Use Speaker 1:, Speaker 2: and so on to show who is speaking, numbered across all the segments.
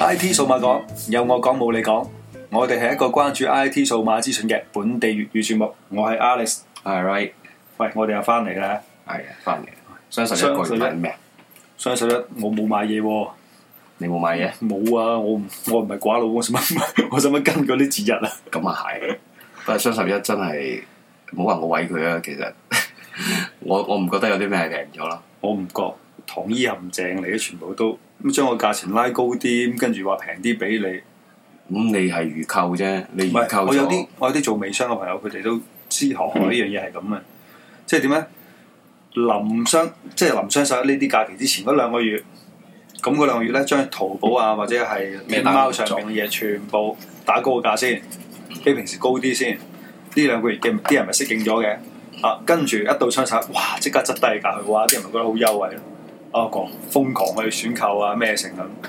Speaker 1: I T 數碼講有我講冇你講，我哋係一個關注 I T 數碼資訊嘅本地粵語節目。我係 Alex，
Speaker 2: 係 right，
Speaker 1: 喂，我哋又翻嚟啦。
Speaker 2: 係啊，翻嚟雙十一過完買咩？
Speaker 1: 雙十一我冇買嘢喎，
Speaker 2: 你冇買嘢？
Speaker 1: 冇啊！我唔我唔係寡佬，我使乜 我使乜跟嗰啲節日啊？
Speaker 2: 咁啊係，不過雙十一真係唔好話我毀佢啊！其實
Speaker 1: 嗯
Speaker 2: 我我唔覺得有啲咩係平咗啦。
Speaker 1: 我唔覺糖衣陷阱嚟嘅，全部都咁將個價錢拉高啲，咁跟住話平啲俾你。
Speaker 2: 咁你係預購啫，你
Speaker 1: 唔
Speaker 2: 預
Speaker 1: 係，
Speaker 2: 購
Speaker 1: 我有啲
Speaker 2: 咗
Speaker 1: 我有啲做微商嘅朋友，佢哋都知學我呢樣嘢係咁嘅，即係點咧？臨雙即係臨雙十一呢啲假期之前嗰兩個月，咁嗰兩個月咧，將淘寶啊或者係
Speaker 2: 咩
Speaker 1: 天
Speaker 2: 打
Speaker 1: 貓
Speaker 2: 工
Speaker 1: 上
Speaker 2: 作
Speaker 1: 邊嘅嘢全部打高個價先，比平時高啲先。呢兩個月嘅啲人咪適應咗嘅，啊跟住一到雙十一，哇即刻執低價去，哇啲人咪覺得好優惠咯，啊狂瘋狂去選購啊咩成咁，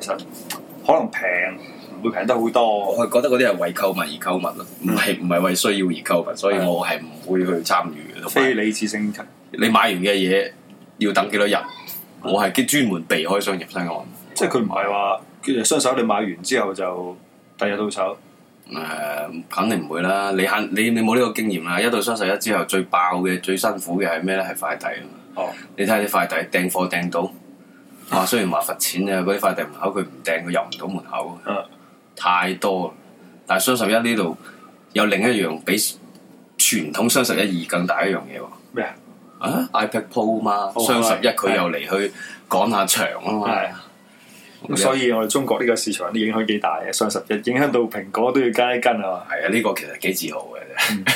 Speaker 1: 其實可能平唔會平得好多。
Speaker 2: 我係覺得嗰啲係為購物而購物咯，唔係唔係為需要而購物，所以
Speaker 1: 嗯係
Speaker 2: 我係唔會去參與嘅。同
Speaker 1: 非
Speaker 2: 埋
Speaker 1: 理智性及
Speaker 2: 你買完嘅嘢要等幾多日？我係專門避開商業新案。
Speaker 1: 嗯即係佢唔係話佢雙手你買完之後就第日到手，
Speaker 2: 誒、肯定唔會啦！你肯你你冇呢個經驗啦，一到雙十一之後最爆嘅、最辛苦嘅係咩咧？係快遞啊嘛！
Speaker 1: 哦，
Speaker 2: 你睇下啲快遞訂貨訂到，哇！雖然話罰錢啊，嗰啲快遞門口佢唔訂，佢入唔到門口，啊
Speaker 1: 嗯
Speaker 2: 太多啦。但係雙十一呢度有另一樣比傳統雙十一二更大一樣嘢喎。
Speaker 1: 咩啊？
Speaker 2: 啊，iPad Pro 嘛，
Speaker 1: 哦
Speaker 2: 雙十一
Speaker 1: 係
Speaker 2: 佢又嚟去趕下場啊
Speaker 1: 係
Speaker 2: 嘛。
Speaker 1: 咁所以我哋中國呢個市場啲影響幾大嘅，雙十一影響到蘋果都要加一斤啊嘛！
Speaker 2: 係啊，呢、個其實幾自豪嘅。
Speaker 1: 嗯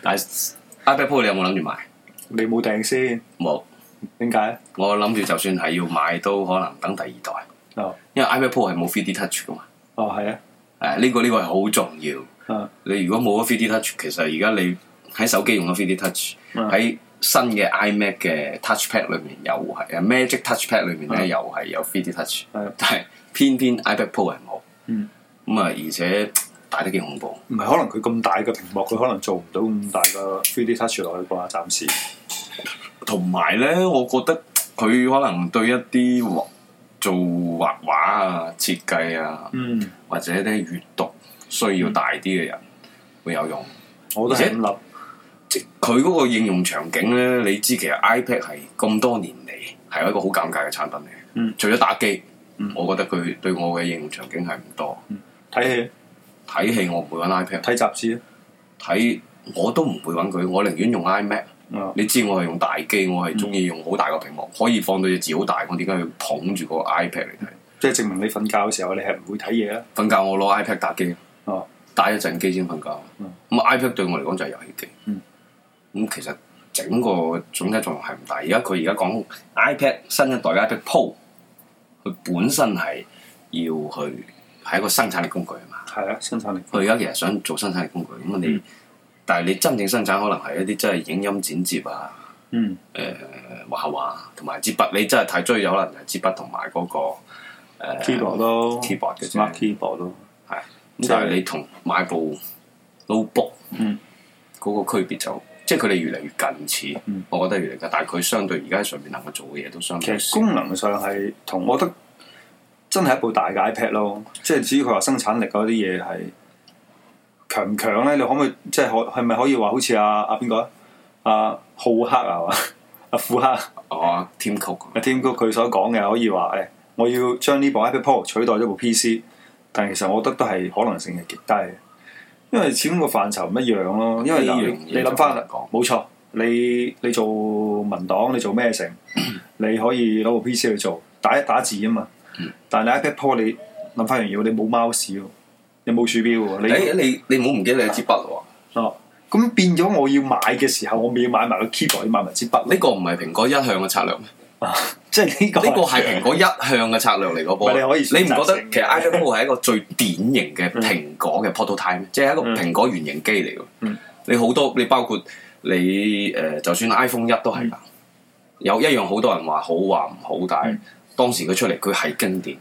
Speaker 2: 但係 iPad Pro 你有冇諗住買？
Speaker 1: 你冇訂先，
Speaker 2: 冇。
Speaker 1: 點解？
Speaker 2: 我諗住就算係要買，都可能等第二代，
Speaker 1: 哦，
Speaker 2: 因為 iPad Pro 係冇 3D Touch 噶嘛。
Speaker 1: 哦係啊，
Speaker 2: 誒，呢個呢個係好重要。
Speaker 1: 嗯
Speaker 2: 你如果冇咗 3D Touch，其實而家你喺手機用咗 3D Touch，
Speaker 1: 嗯
Speaker 2: 喺新嘅 iMac 嘅 TouchPad 裏面又係誒 Magic TouchPad 裏面咧
Speaker 1: 嗯
Speaker 2: 又係有 3D Touch，
Speaker 1: 係
Speaker 2: 但係偏偏 iPad Pro 係冇。
Speaker 1: 嗯
Speaker 2: 咁啊，而且大得幾恐怖。
Speaker 1: 唔係可能佢咁大嘅屏幕，佢可能做唔到咁大個 3D touch 落去啩，暫時。
Speaker 2: 同埋咧，我覺得佢可能對一啲畫做畫畫啊、設計啊。
Speaker 1: 嗯，
Speaker 2: 或者啲閱讀需要大啲嘅人會有用。
Speaker 1: 我都係咁諗。
Speaker 2: 即佢嗰個應用場景咧，你知其實 iPad 係咁多年嚟係一個好尷尬嘅產品嚟嘅。
Speaker 1: 嗯
Speaker 2: 除咗打機，
Speaker 1: 嗯
Speaker 2: 我覺得佢對我嘅應用場景係唔多。
Speaker 1: 睇戲
Speaker 2: 睇戲我唔會揾 iPad，
Speaker 1: 睇雜誌啊
Speaker 2: 睇我都唔會揾佢，我寧願用 iMac。
Speaker 1: 嗯，
Speaker 2: 你知我係用大機，我係中意用好大個屏幕，可以放到隻字好大，我點解要捧住個 iPad 嚟睇？
Speaker 1: 即係證明你瞓覺嘅時候，你係唔會睇嘢啦。
Speaker 2: 瞓覺我攞 iPad 打機，
Speaker 1: 哦
Speaker 2: 打一陣機先瞓覺。咁啊
Speaker 1: 嗯、
Speaker 2: iPad 對我嚟講就係遊戲機。咁、
Speaker 1: 嗯
Speaker 2: 其實整個總體作用係唔大。而家佢而家講 iPad 新一代嘅 iPad Pro，佢本身係要去係一個生產力工具啊嘛。
Speaker 1: 係啊，生產力。
Speaker 2: 佢而家其實想做生產力工具，咁你、
Speaker 1: 嗯
Speaker 2: 但係你真正生產可能係一啲真係影音剪接啊、
Speaker 1: 嗯
Speaker 2: 誒、畫畫同埋支筆。你真係太追有可能係支筆同埋嗰個誒
Speaker 1: 嗯，keyboard 咯
Speaker 2: keyboard 嘅啫
Speaker 1: smart keyboard 咯。
Speaker 2: 咁但係你同買部 notebook，
Speaker 1: 嗯
Speaker 2: 嗰個區別就即係佢哋越嚟越近似，
Speaker 1: 嗯
Speaker 2: 我覺得越嚟越近，但係佢相對而家喺上面能夠做嘅嘢都相
Speaker 1: 其
Speaker 2: 對
Speaker 1: 實
Speaker 2: 少。
Speaker 1: 功能上係同我覺得真係一部大嘅 iPad 咯，即係至於佢話生產力嗰啲嘢係強唔強咧？你可唔可以即係可係咪可以話好似阿阿邊個啊阿浩克啊係嘛阿庫克阿
Speaker 2: 哦，Tim Cook，
Speaker 1: Tim Cook 佢所講嘅可以話誒、我要將呢部 iPad Pro 取代咗部 PC，但係其實我覺得都係可能性係極低嘅，因為始終個範疇唔一樣咯。因為
Speaker 2: 呢
Speaker 1: 嗱
Speaker 2: 樣
Speaker 1: 你
Speaker 2: 嘢
Speaker 1: 你諗
Speaker 2: 就
Speaker 1: 翻
Speaker 2: 好
Speaker 1: 啦
Speaker 2: 難講，
Speaker 1: 冇錯，你你做文檔，你做咩成？
Speaker 2: 嗯
Speaker 1: 你可以攞部 PC 去做打打字啊嘛。
Speaker 2: 嗯
Speaker 1: 但係你 iPad Pro 你諗翻樣嘢，你冇 mouse 喎，你冇鼠標喎，你
Speaker 2: 誒你你唔好唔記得你有支筆喎，
Speaker 1: 哦咁變咗我要買嘅時候，我咪要買埋個 keyboard，要買埋支筆
Speaker 2: 呢
Speaker 1: 咯。
Speaker 2: 個唔係蘋果一向嘅策略咩？呢
Speaker 1: 即係呢個
Speaker 2: 啊個係蘋果一向嘅策略嚟嗰
Speaker 1: 唔係你可
Speaker 2: 波。
Speaker 1: 以
Speaker 2: 你
Speaker 1: 選擇
Speaker 2: 唔覺得
Speaker 1: 性嘅
Speaker 2: 其實 iPad Pro 係一個最典型嘅蘋果嘅 prototype 咩？即係一個
Speaker 1: 嗯
Speaker 2: 蘋果原型機嚟㗎
Speaker 1: 嗯。
Speaker 2: 你好多你包括你誒、呃就算 iPhone 一都係
Speaker 1: 嗯
Speaker 2: 㗎，有一樣好多人話好話唔好，但係
Speaker 1: 嗯
Speaker 2: 當時佢出嚟，佢係經典。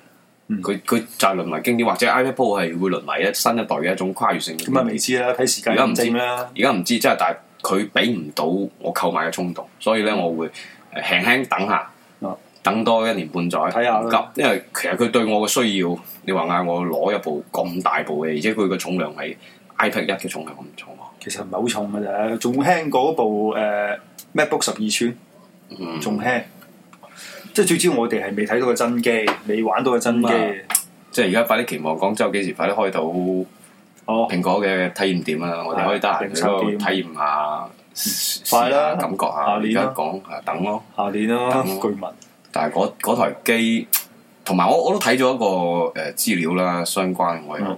Speaker 1: 嗯
Speaker 2: 佢佢就係淪為經典，或者 iPad Pro 係會淪為一新一代嘅一種跨越性嘅
Speaker 1: 咁啊
Speaker 2: 經典
Speaker 1: 未知啦，睇時間
Speaker 2: 而家唔
Speaker 1: 驗
Speaker 2: 知
Speaker 1: 證啦。
Speaker 2: 而家唔知，即係但係佢俾唔到我購買嘅衝動，所以咧我會呃輕輕等下
Speaker 1: 嗯啊，
Speaker 2: 等多一年半載，
Speaker 1: 睇下
Speaker 2: 唔
Speaker 1: 啦
Speaker 2: 急，因為其實佢對我嘅需要，你話嗌我攞一部咁大部嘅，而且佢嘅重量係 iPad 一嘅重量咁重喎，
Speaker 1: 其實唔係好重嘅啫，仲輕過嗰部誒、呃 MacBook 十二寸，
Speaker 2: 嗯，
Speaker 1: 仲輕。即係最主要我哋係未睇到個真機，未玩到個真機。
Speaker 2: 嗯即係而家快啲期望廣州幾時快啲開到蘋
Speaker 1: 哦，
Speaker 2: 果嘅體驗店啦，我哋可以得閒去
Speaker 1: 零售
Speaker 2: 嗰度
Speaker 1: 店嗯
Speaker 2: 體驗下，試
Speaker 1: 快啦
Speaker 2: 下感覺下，
Speaker 1: 下
Speaker 2: 而
Speaker 1: 年啦
Speaker 2: 家講啊等咯。
Speaker 1: 下年啦，
Speaker 2: 等
Speaker 1: 據聞
Speaker 2: 但係嗰嗰台機，同埋我我都睇咗一個誒、呃、資料啦，相關我又誒
Speaker 1: 嗯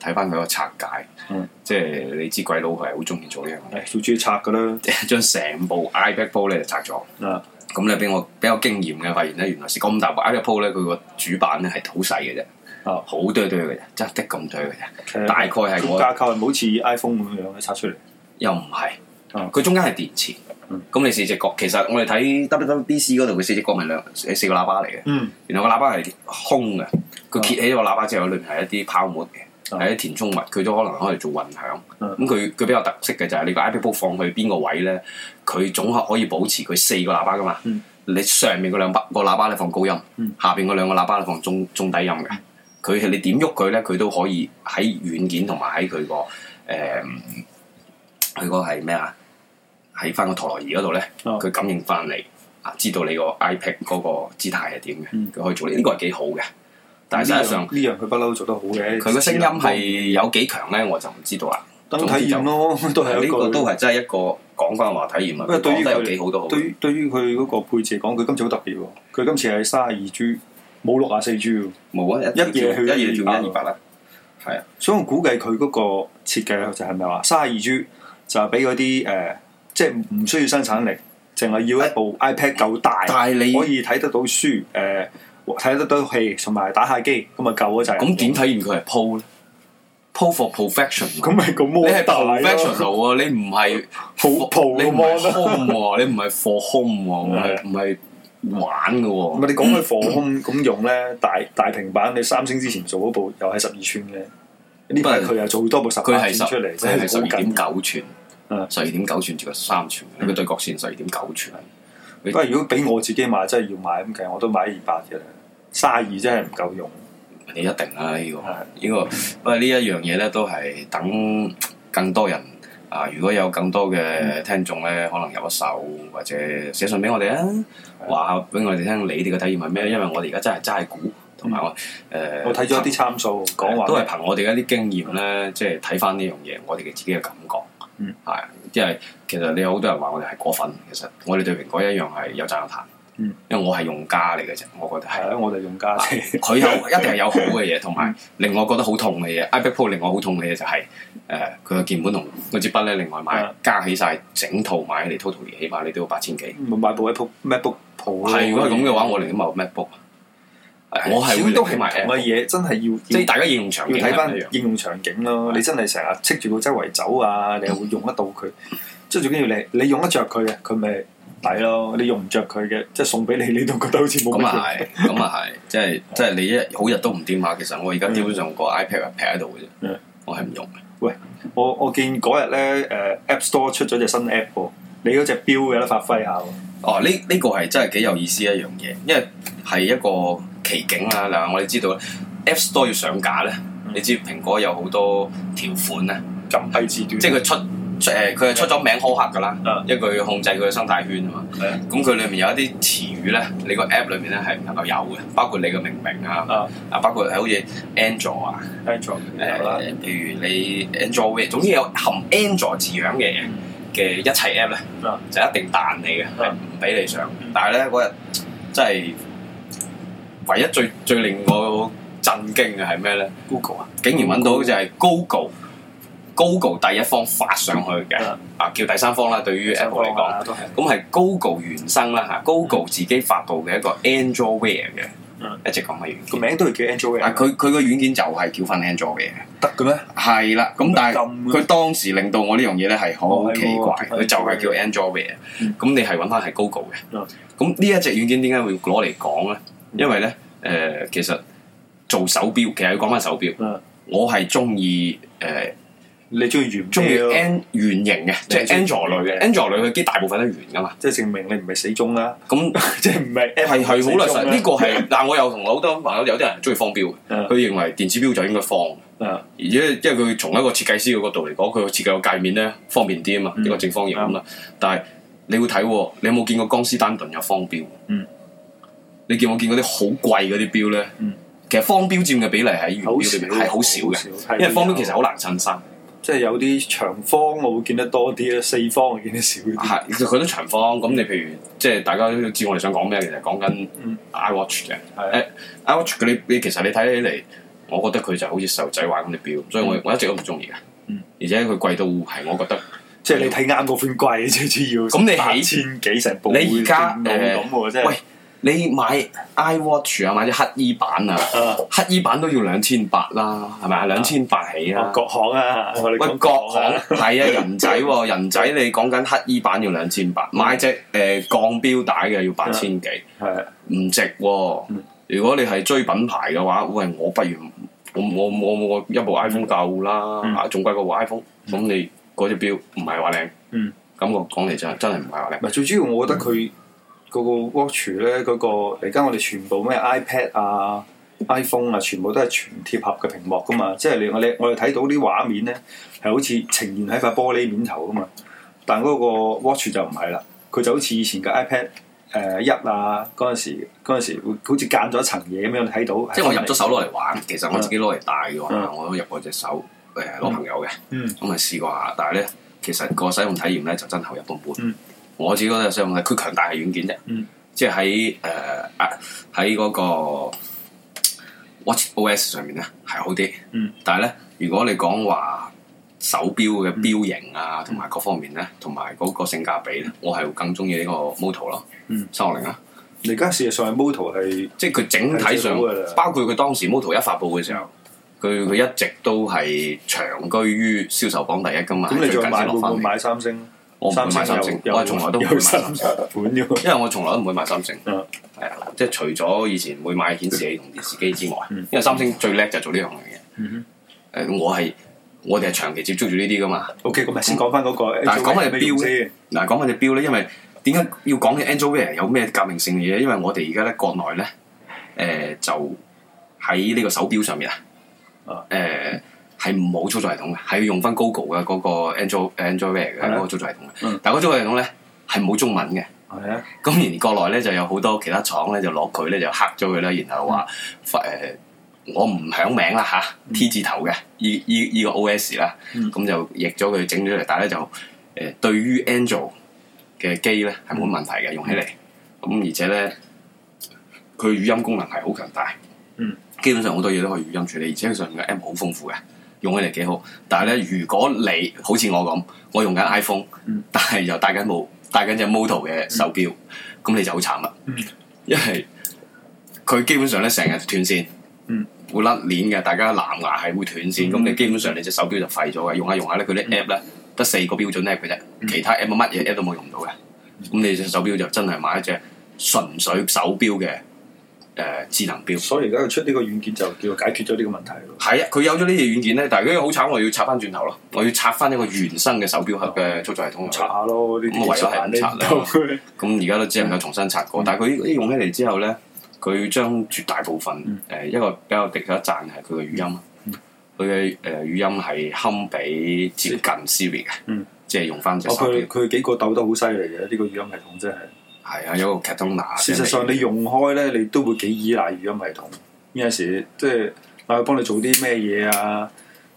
Speaker 2: 睇翻佢個拆解，
Speaker 1: 嗯
Speaker 2: 即係你知鬼佬佢係好中意做呢樣
Speaker 1: 誒最中意拆噶啦。
Speaker 2: 嘢，將成部 iPad Pro 咧就拆咗。
Speaker 1: 啊，
Speaker 2: 咁咧俾我比較經驗嘅發現咧，原來是咁大部 iPad Pro 咧，佢個主板咧係好細嘅啫，
Speaker 1: 哦嗯
Speaker 2: 好堆堆嘅啫，真係的咁堆嘅啫，
Speaker 1: 其實
Speaker 2: 大概係我
Speaker 1: 架構係唔好似 iPhone 咁樣嘅拆出嚟。
Speaker 2: 又唔係，
Speaker 1: 哦
Speaker 2: 佢中間係電池。
Speaker 1: 嗯
Speaker 2: 咁你四隻角，其實我哋睇 WWDC 嗰度，佢四隻角咪兩四個喇叭嚟嘅。
Speaker 1: 嗯，
Speaker 2: 然後個喇叭係空嘅，佢揭起咗個喇叭之後，裏面係一啲泡沫嘅，
Speaker 1: 啊
Speaker 2: 係一啲填充物，佢都可能攞嚟做混響。
Speaker 1: 嗯
Speaker 2: 咁佢佢比較特色嘅就係你個 iPad Pro 放去邊個位咧，佢總可可以保持佢四個喇叭噶嘛。
Speaker 1: 嗯
Speaker 2: 你上面嗰兩把個喇叭咧放高音，
Speaker 1: 嗯
Speaker 2: 下邊嗰兩個喇叭咧放中中低音嘅。佢係你點喐佢咧，佢都可以喺軟件同埋喺佢個誒，呃佢個係咩啊？喺翻個陀螺儀嗰度咧，
Speaker 1: 哦
Speaker 2: 佢感應翻你啊，知道你個 iPad 嗰個姿態係點嘅，佢、
Speaker 1: 嗯
Speaker 2: 可以做呢，呢個係幾好嘅。但係實際上，
Speaker 1: 呢樣呢樣佢不嬲做得好嘅。
Speaker 2: 佢個聲音係有幾強咧，我就唔知道啦。
Speaker 1: 等體驗咯，都係
Speaker 2: 呢
Speaker 1: 一
Speaker 2: 個
Speaker 1: 個
Speaker 2: 都係真係一個講翻話體驗啊。
Speaker 1: 因為
Speaker 2: 佢
Speaker 1: 對於
Speaker 2: 講得有
Speaker 1: 佢
Speaker 2: 幾好都好。
Speaker 1: 對於對於佢嗰個配置嚟講，佢今次好特別喎。佢今次係三十二 G，冇六廿四 G 喎。
Speaker 2: 冇啊，
Speaker 1: 一夜去
Speaker 2: 一夜
Speaker 1: 一
Speaker 2: 跳
Speaker 1: 二百
Speaker 2: 一二百啦。係啊，
Speaker 1: 所以我估計佢嗰個設計就係咪話三十二 G 就係俾嗰啲誒，即係唔需要生產力，淨係
Speaker 2: 哎
Speaker 1: 要一部 iPad 夠大，
Speaker 2: 但係你
Speaker 1: 可以睇得到書，誒、呃睇得到戲，同埋打下機，咁咪夠嗰陣。
Speaker 2: 咁點體驗佢係 Pro 咧？Pro for perfection
Speaker 1: 咁咪個
Speaker 2: 你
Speaker 1: m
Speaker 2: 係
Speaker 1: 大咯
Speaker 2: professional 喎，你唔係
Speaker 1: 好 pro
Speaker 2: 你唔
Speaker 1: 咁
Speaker 2: 係
Speaker 1: 樣
Speaker 2: home 喎，你唔係 for home 喎，唔
Speaker 1: 係
Speaker 2: 係唔係玩嘅
Speaker 1: 唔
Speaker 2: 喎。
Speaker 1: 係你講開防空咁用咧，大大平板你三星之前做嗰部又係十二寸嘅，呢排佢又做多部十
Speaker 2: 佢
Speaker 1: 八
Speaker 2: 係
Speaker 1: 寸
Speaker 2: 十
Speaker 1: 出嚟，
Speaker 2: 佢
Speaker 1: 真
Speaker 2: 係
Speaker 1: 係
Speaker 2: 十
Speaker 1: 好
Speaker 2: 二點
Speaker 1: 緊。
Speaker 2: 九寸，
Speaker 1: 嗯
Speaker 2: 十二點九寸接近三寸，你個對角線十二點九寸。
Speaker 1: 不過如果俾我自己買，真係要買咁其實我都買二百嘅啦，卅二真係唔夠用。
Speaker 2: 你一定啦呢、個
Speaker 1: 係
Speaker 2: 呢、個，不過呢一樣嘢咧都係等更多人啊！如果有更多
Speaker 1: 嗯
Speaker 2: 嘅聽眾咧，可能有一手或者寫信俾我哋啊，
Speaker 1: 係嗯
Speaker 2: 話下俾我哋聽你哋嘅體驗係咩？因為我哋而家真係齋估，同埋我誒、呃
Speaker 1: 我睇咗一啲參數，講話
Speaker 2: 都係
Speaker 1: 咩
Speaker 2: 憑我哋一啲經驗咧，即係睇翻呢樣嘢，我哋嘅自己嘅感覺，
Speaker 1: 嗯
Speaker 2: 係，因為其實你有好多人話我哋係過分，其實我哋對蘋果一樣係有讚有彈，
Speaker 1: 嗯
Speaker 2: 因為我係用家嚟嘅啫，我覺得係
Speaker 1: 係。啊，我哋用家
Speaker 2: 啊
Speaker 1: 庭
Speaker 2: 佢有一定係有好嘅嘢，同埋令我覺得好痛嘅嘢。iPad Pro 令我好痛嘅嘢就係誒佢嘅鍵盤同嗰支筆咧，另外買
Speaker 1: 嗯
Speaker 2: 加起晒整套買嚟 total 嘢，起碼你都要八千幾。
Speaker 1: 咪買部 Apple MacBook Pro 咯。
Speaker 2: 係如果係咁嘅話，我寧願買部 MacBook。啊
Speaker 1: 唉
Speaker 2: 我係會
Speaker 1: 始終都係
Speaker 2: 寧願
Speaker 1: 唔
Speaker 2: 買
Speaker 1: 同嘅
Speaker 2: Apple，
Speaker 1: 嘢，真係要
Speaker 2: 即係大家應用場景
Speaker 1: 要睇
Speaker 2: 係
Speaker 1: 翻
Speaker 2: 唔一樣。
Speaker 1: 應用場景咯。你真係成日戚住佢周圍走啊，你又會用得到佢。即係最緊要你你用得着佢嘅，佢咪抵咯。你用唔着佢嘅，即係送俾你，你都覺得好似冇乜
Speaker 2: 咁
Speaker 1: 用。
Speaker 2: 啊係，咁啊係，即係即係你一好日都唔掂下。啊其實我而家基本上個 iPad 係劈喺度嘅啫
Speaker 1: 嗯，
Speaker 2: 我係唔用嘅。
Speaker 1: 我我見嗰日咧，誒、App Store 出咗隻新 App 喎，你嗰隻表有得發揮下喎。
Speaker 2: 哦，呢呢個係真係幾有意思一樣嘢，因為係一個奇景啦。嗱，我哋知道 App Store 要上架咧，
Speaker 1: 嗯
Speaker 2: 你知蘋果有好多條款咧，
Speaker 1: 咁低字段，
Speaker 2: 即係佢出誒佢係出咗名苛刻噶啦
Speaker 1: 嗯，
Speaker 2: 因為佢要控制佢嘅生態圈啊嘛。
Speaker 1: 佢
Speaker 2: 咁佢裏面有一啲詞語咧，你個 App 裏面咧係唔能夠有嘅，包括你嘅命名啊，
Speaker 1: 啊
Speaker 2: 啊包括係好似 Android 啊，
Speaker 1: Android 有啦，
Speaker 2: 誒譬如你 Android，總之有含 Android 字樣嘅嘢嘅一切 App 咧
Speaker 1: 啊，
Speaker 2: 就一定彈你嘅，係
Speaker 1: 啊
Speaker 2: 唔俾你上
Speaker 1: 嗯。
Speaker 2: 但係咧嗰日真係唯一最最令我震驚嘅係咩咧？
Speaker 1: Google 啊，
Speaker 2: 竟然揾到就係 Google。Google 第一方發上去嘅，
Speaker 1: 啊
Speaker 2: 啊叫第三方啦，對於 Apple 嚟講，
Speaker 1: 都係
Speaker 2: 咁係 Google 原生啦嚇，Google 自己發布嘅一個 Android Wear 嘅
Speaker 1: 嗯
Speaker 2: 一直講嘅軟
Speaker 1: 個
Speaker 2: 件。
Speaker 1: 名都係叫 Android
Speaker 2: 但佢佢個軟件就係叫 Financial 啊嘅，
Speaker 1: 得嘅咩？
Speaker 2: 係啦。咁但係
Speaker 1: 咁
Speaker 2: 佢當時令到我呢樣嘢咧係好奇怪
Speaker 1: 哦，係喎
Speaker 2: 佢就係叫 Android
Speaker 1: 嗯
Speaker 2: 嘅。咁你係揾翻係 Google 嘅
Speaker 1: 嗯。
Speaker 2: 咁呢一隻軟件點解會攞嚟講咧？
Speaker 1: 嗯
Speaker 2: 因為咧誒，其實做手錶，其實要講翻手錶
Speaker 1: 嗯，
Speaker 2: 我係中意誒。
Speaker 1: 你中意圓
Speaker 2: 中意
Speaker 1: 咩咯
Speaker 2: N 圓形嘅，即係
Speaker 1: 你
Speaker 2: Android
Speaker 1: 中意嗯
Speaker 2: 類嘅，Android 類嘅機大部分都係圓噶嘛。
Speaker 1: 即係證明你唔係死忠啦，
Speaker 2: 咁
Speaker 1: 即係唔係啊
Speaker 2: 係
Speaker 1: Apple
Speaker 2: 係好
Speaker 1: 死忠啦
Speaker 2: 老實，呢 個係嗱，我又同好多朋友有啲人中意方錶嘅，
Speaker 1: 嗯
Speaker 2: 佢認為電子錶就應該方，
Speaker 1: 嗯
Speaker 2: 而且因為佢從一個設計師嘅角度嚟講，佢個設計個界面咧方便啲啊嘛，
Speaker 1: 嗯
Speaker 2: 一個正方形咁啦。但係你會睇喎，你有冇見過江詩丹頓有方錶？
Speaker 1: 嗯，
Speaker 2: 你見冇見過啲好貴嗰啲錶咧
Speaker 1: 嗯？
Speaker 2: 其實方錶佔嘅比例喺圓錶裏面係好少嘅，
Speaker 1: 嘅
Speaker 2: 因為方錶其實好難襯衫。
Speaker 1: 即係有啲長方我會見得多啲啦，四方我見得少啲。
Speaker 2: 係，其實佢都長方。咁你譬如即係大家都知我哋想講咩，其實講緊
Speaker 1: 嗯
Speaker 2: iWatch 嘅
Speaker 1: 係
Speaker 2: iWatch 佢你你其實你睇起嚟，我覺得佢就好似細路仔玩咁嘅表，所以我我一直都唔中意嘅
Speaker 1: 嗯。
Speaker 2: 而且佢貴到係我覺得，
Speaker 1: 即係你睇啱嗰款貴最主要。
Speaker 2: 咁你起
Speaker 1: 八千幾成部，
Speaker 2: 你而家
Speaker 1: 會見到咁喎，真係
Speaker 2: 喂，你買 iWatch 啊，買啲黑衣版啊，
Speaker 1: 啊
Speaker 2: 黑衣版都要兩千八啦，係咪啊？兩千八起
Speaker 1: 哦
Speaker 2: 啦。
Speaker 1: 國行啊，我哋
Speaker 2: 喂，
Speaker 1: 講
Speaker 2: 國行
Speaker 1: 啊
Speaker 2: 係啊，人仔 喎，人仔你講緊黑衣版要兩千八，買隻誒鋼錶帶嘅要八千幾。
Speaker 1: 係
Speaker 2: 唔值喎、
Speaker 1: 嗯
Speaker 2: 如果你係追品牌嘅話，喂，我不如我我我我一部 iPhone 夠啦，
Speaker 1: 嗯
Speaker 2: 啊仲貴過部 iPhone。咁你嗰隻表唔係話靚，
Speaker 1: 嗯
Speaker 2: 感覺講嚟真係真係唔係話靚
Speaker 1: 唔。係最主要，我覺得
Speaker 2: 嗯
Speaker 1: 佢嗰個 watch 咧，嗰個而家我哋全部咩 iPad 啊、iPhone 啊，全部都係全貼合嘅屏幕噶嘛，即係你我哋我哋睇到啲畫面咧，係好似呈現喺塊玻璃面頭噶嘛，但嗰個 watch 就唔係啦，佢就好似以前嘅 iPad。誒一啊！嗰陣時，嗰陣時會好似間咗一層嘢咁樣，你睇到。
Speaker 2: 即係我入咗手攞嚟玩，其實我自己攞嚟戴嘅話，
Speaker 1: 嗯
Speaker 2: 我都入過隻手誒攞朋友嘅，
Speaker 1: 嗯
Speaker 2: 咁咪試過下。但係咧，其實個使用體驗咧就真係有一般般。
Speaker 1: 嗯
Speaker 2: 我自己覺得使用體，佢強大係軟件啫，
Speaker 1: 嗯
Speaker 2: 即係喺誒啊喺嗰個呃 Watch OS 上面咧係好啲。
Speaker 1: 嗯
Speaker 2: 但係咧，如果你講話手錶
Speaker 1: 嗯
Speaker 2: 嘅錶型啊，同埋各方面咧，同埋嗰個性價比咧，我係更中意呢個 Moto 咯，
Speaker 1: 嗯
Speaker 2: 三六零啊。
Speaker 1: 而家事實上係 Moto 係
Speaker 2: 即係佢整體
Speaker 1: 係最
Speaker 2: 上
Speaker 1: 好㗎啦，
Speaker 2: 包括佢當時 Moto 一發布嘅時候，佢佢一直都係長居於銷售榜第一噶嘛。
Speaker 1: 咁，你
Speaker 2: 最
Speaker 1: 再
Speaker 2: 近
Speaker 1: 買
Speaker 2: 先
Speaker 1: 會
Speaker 2: 落
Speaker 1: 唔
Speaker 2: 翻
Speaker 1: 會
Speaker 2: 嚟。
Speaker 1: 買三星？
Speaker 2: 我唔會買三
Speaker 1: 三
Speaker 2: 星
Speaker 1: 星，
Speaker 2: 我係從來都唔會
Speaker 1: 有
Speaker 2: 買
Speaker 1: 三
Speaker 2: 三星，
Speaker 1: 款嘅喎。
Speaker 2: 因為我從來都唔會買三星。
Speaker 1: 嗯
Speaker 2: 係啊，即係除咗以前會買顯示器同電視機之外，
Speaker 1: 嗯
Speaker 2: 因為三星最叻就係做呢樣嘢。
Speaker 1: 嗯
Speaker 2: 誒，我係我哋係長期接觸住呢啲噶嘛。
Speaker 1: OK，咁咪啊先嗯講翻嗰個，
Speaker 2: 但係講翻隻錶
Speaker 1: 先，
Speaker 2: 嗱，講翻隻錶咧，因為點解要講嘅 Angel Wear 有咩革命性嘅嘢？因為我哋而家咧國內咧，誒、就喺呢個手錶上面啊
Speaker 1: 啊，
Speaker 2: 誒係冇操作系統嘅，係要用翻 Google 嘅嗰個 Angel Angel Wear 嘅
Speaker 1: 係咩
Speaker 2: 嗰個操作系統嘅
Speaker 1: 嗯。
Speaker 2: 但係嗰個操作系統咧係冇中文嘅。
Speaker 1: 係啊，
Speaker 2: 咁而國內咧就有好多其他廠咧就攞佢咧就黑咗佢啦，然後話誒、我唔響名啦吓 t 字頭嘅依依依個 OS 啦，
Speaker 1: 嗯
Speaker 2: 咁、就譯咗佢整咗嚟，但係咧就誒、對於 Angel 嘅機咧係冇問題嘅，用起嚟咁而且咧佢語音功能係好強大，
Speaker 1: 嗯，
Speaker 2: 基本上好多嘢都可以語音處理，而且佢上面嘅 app 好豐富嘅，用起嚟幾好。但係咧，如果你好似我咁，我用緊 iPhone，、
Speaker 1: 嗯
Speaker 2: 但係又戴緊部戴緊隻 Moto 嘅手錶，咁、你就好慘啦，
Speaker 1: 嗯
Speaker 2: 因為佢基本上咧成日斷線，
Speaker 1: 嗯，
Speaker 2: 會甩鏈嘅，大家藍牙係會斷線，咁、
Speaker 1: 嗯
Speaker 2: 你基本上你隻手錶就廢咗嘅，用下用下咧，佢啲 app 咧得四個標準 app 嘅啫，
Speaker 1: 嗯
Speaker 2: 其他 app 乜嘢 app 都冇用到嘅，咁你隻手錶就真係買一隻純粹手錶嘅誒智能錶。
Speaker 1: 所以而家佢出呢個軟件就叫做解決咗呢個問題咯。
Speaker 2: 係啊，佢有咗呢隻軟件咧，但係佢好慘，我要插翻轉頭咯，我要插翻一個原生嘅手錶盒嘅操作系統入去
Speaker 1: 查下咯，呢啲
Speaker 2: 咁唯有係咁查啦
Speaker 1: 啦。
Speaker 2: 咁而家都只能夠重新刷
Speaker 1: 嗯
Speaker 2: 過，但係佢呢用起嚟之後咧，佢將絕大部分誒、呃
Speaker 1: 嗯
Speaker 2: 一個比較值得一讚係佢嘅語音啊
Speaker 1: 嗯，
Speaker 2: 佢嘅誒語音係堪比接近 Siri 嘅，
Speaker 1: 嗯
Speaker 2: 即係用翻隻
Speaker 1: 哦，
Speaker 2: 手
Speaker 1: 佢
Speaker 2: 錶。
Speaker 1: 佢幾個鬥得好犀利嘅呢個語音系統真係。
Speaker 2: 係啊，有個 c a t o n a
Speaker 1: 事實上你用開咧，你都會幾依賴語音系統。有陣時即係嗌佢幫你做啲咩嘢啊，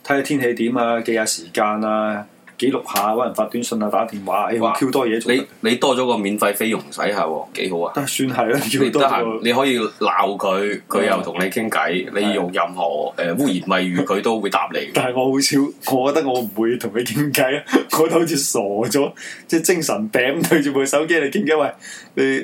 Speaker 1: 睇下天氣點啊，記下時間啊，記錄下，揾人發短信啊，打電話，唉，
Speaker 2: 哇
Speaker 1: 好 Q 多嘢做得。
Speaker 2: 你你多咗個免費菲傭使下喎，幾好啊！
Speaker 1: 但係算係啦，
Speaker 2: 你
Speaker 1: 要
Speaker 2: 得
Speaker 1: 多嗯
Speaker 2: 閒，
Speaker 1: 個
Speaker 2: 你可以鬧佢，佢又同你傾偈。你用任何誒污言穢語，佢都會答你。
Speaker 1: 但係我好少，我覺得我唔會同佢傾偈啊！ 我覺得好似傻咗，即係精神病咁對住部手機嚟傾偈。喂，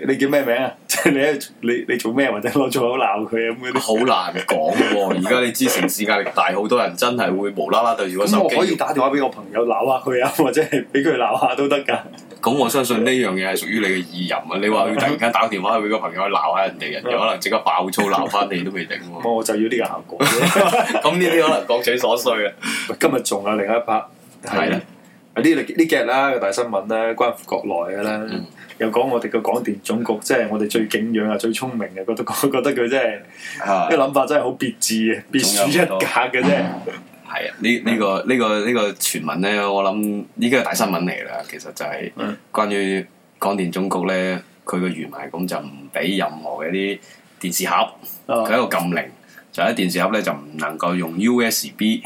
Speaker 1: 你你叫咩名啊？ 即係你喺你你做咩或者攞粗口鬧佢啊咁嗰啲。
Speaker 2: 好難講喎！而家你知城市壓力大，好多人真係會無啦啦對住個
Speaker 1: 咁
Speaker 2: 手
Speaker 1: 我
Speaker 2: 機。
Speaker 1: 可以打電話俾我朋友鬧下佢啊，或者係俾佢鬧下都得㗎。
Speaker 2: 咁我相信呢樣嘢係屬於你嘅意淫啊！你話要突然間打個電話去俾個朋友鬧下人哋，人哋可能即刻爆粗鬧翻你都未定喎。
Speaker 1: 我就要呢個效果。
Speaker 2: 咁呢啲可能各取所需啊。
Speaker 1: 喂 今日仲有另一 part 啊
Speaker 2: 係啦
Speaker 1: 呢呢幾日啦個大新聞啦，關乎國內嘅啦，
Speaker 2: 嗯
Speaker 1: 又講我哋個廣電總局，即係我哋最敬仰啊、最聰明嘅，覺得 覺得佢真係
Speaker 2: 啊
Speaker 1: 呢個諗法真係好別致 嘅，別樹一格嘅 啫。
Speaker 2: 係啊，呢呢個呢個呢個傳聞咧，我諗依家係大新聞嚟啦。其實就係
Speaker 1: 嗯
Speaker 2: 關於廣電總局咧，佢個原文係咁就唔俾任何嘅啲電視盒。佢
Speaker 1: 啊
Speaker 2: 一個禁令，就喺電視盒咧就唔能夠用 USB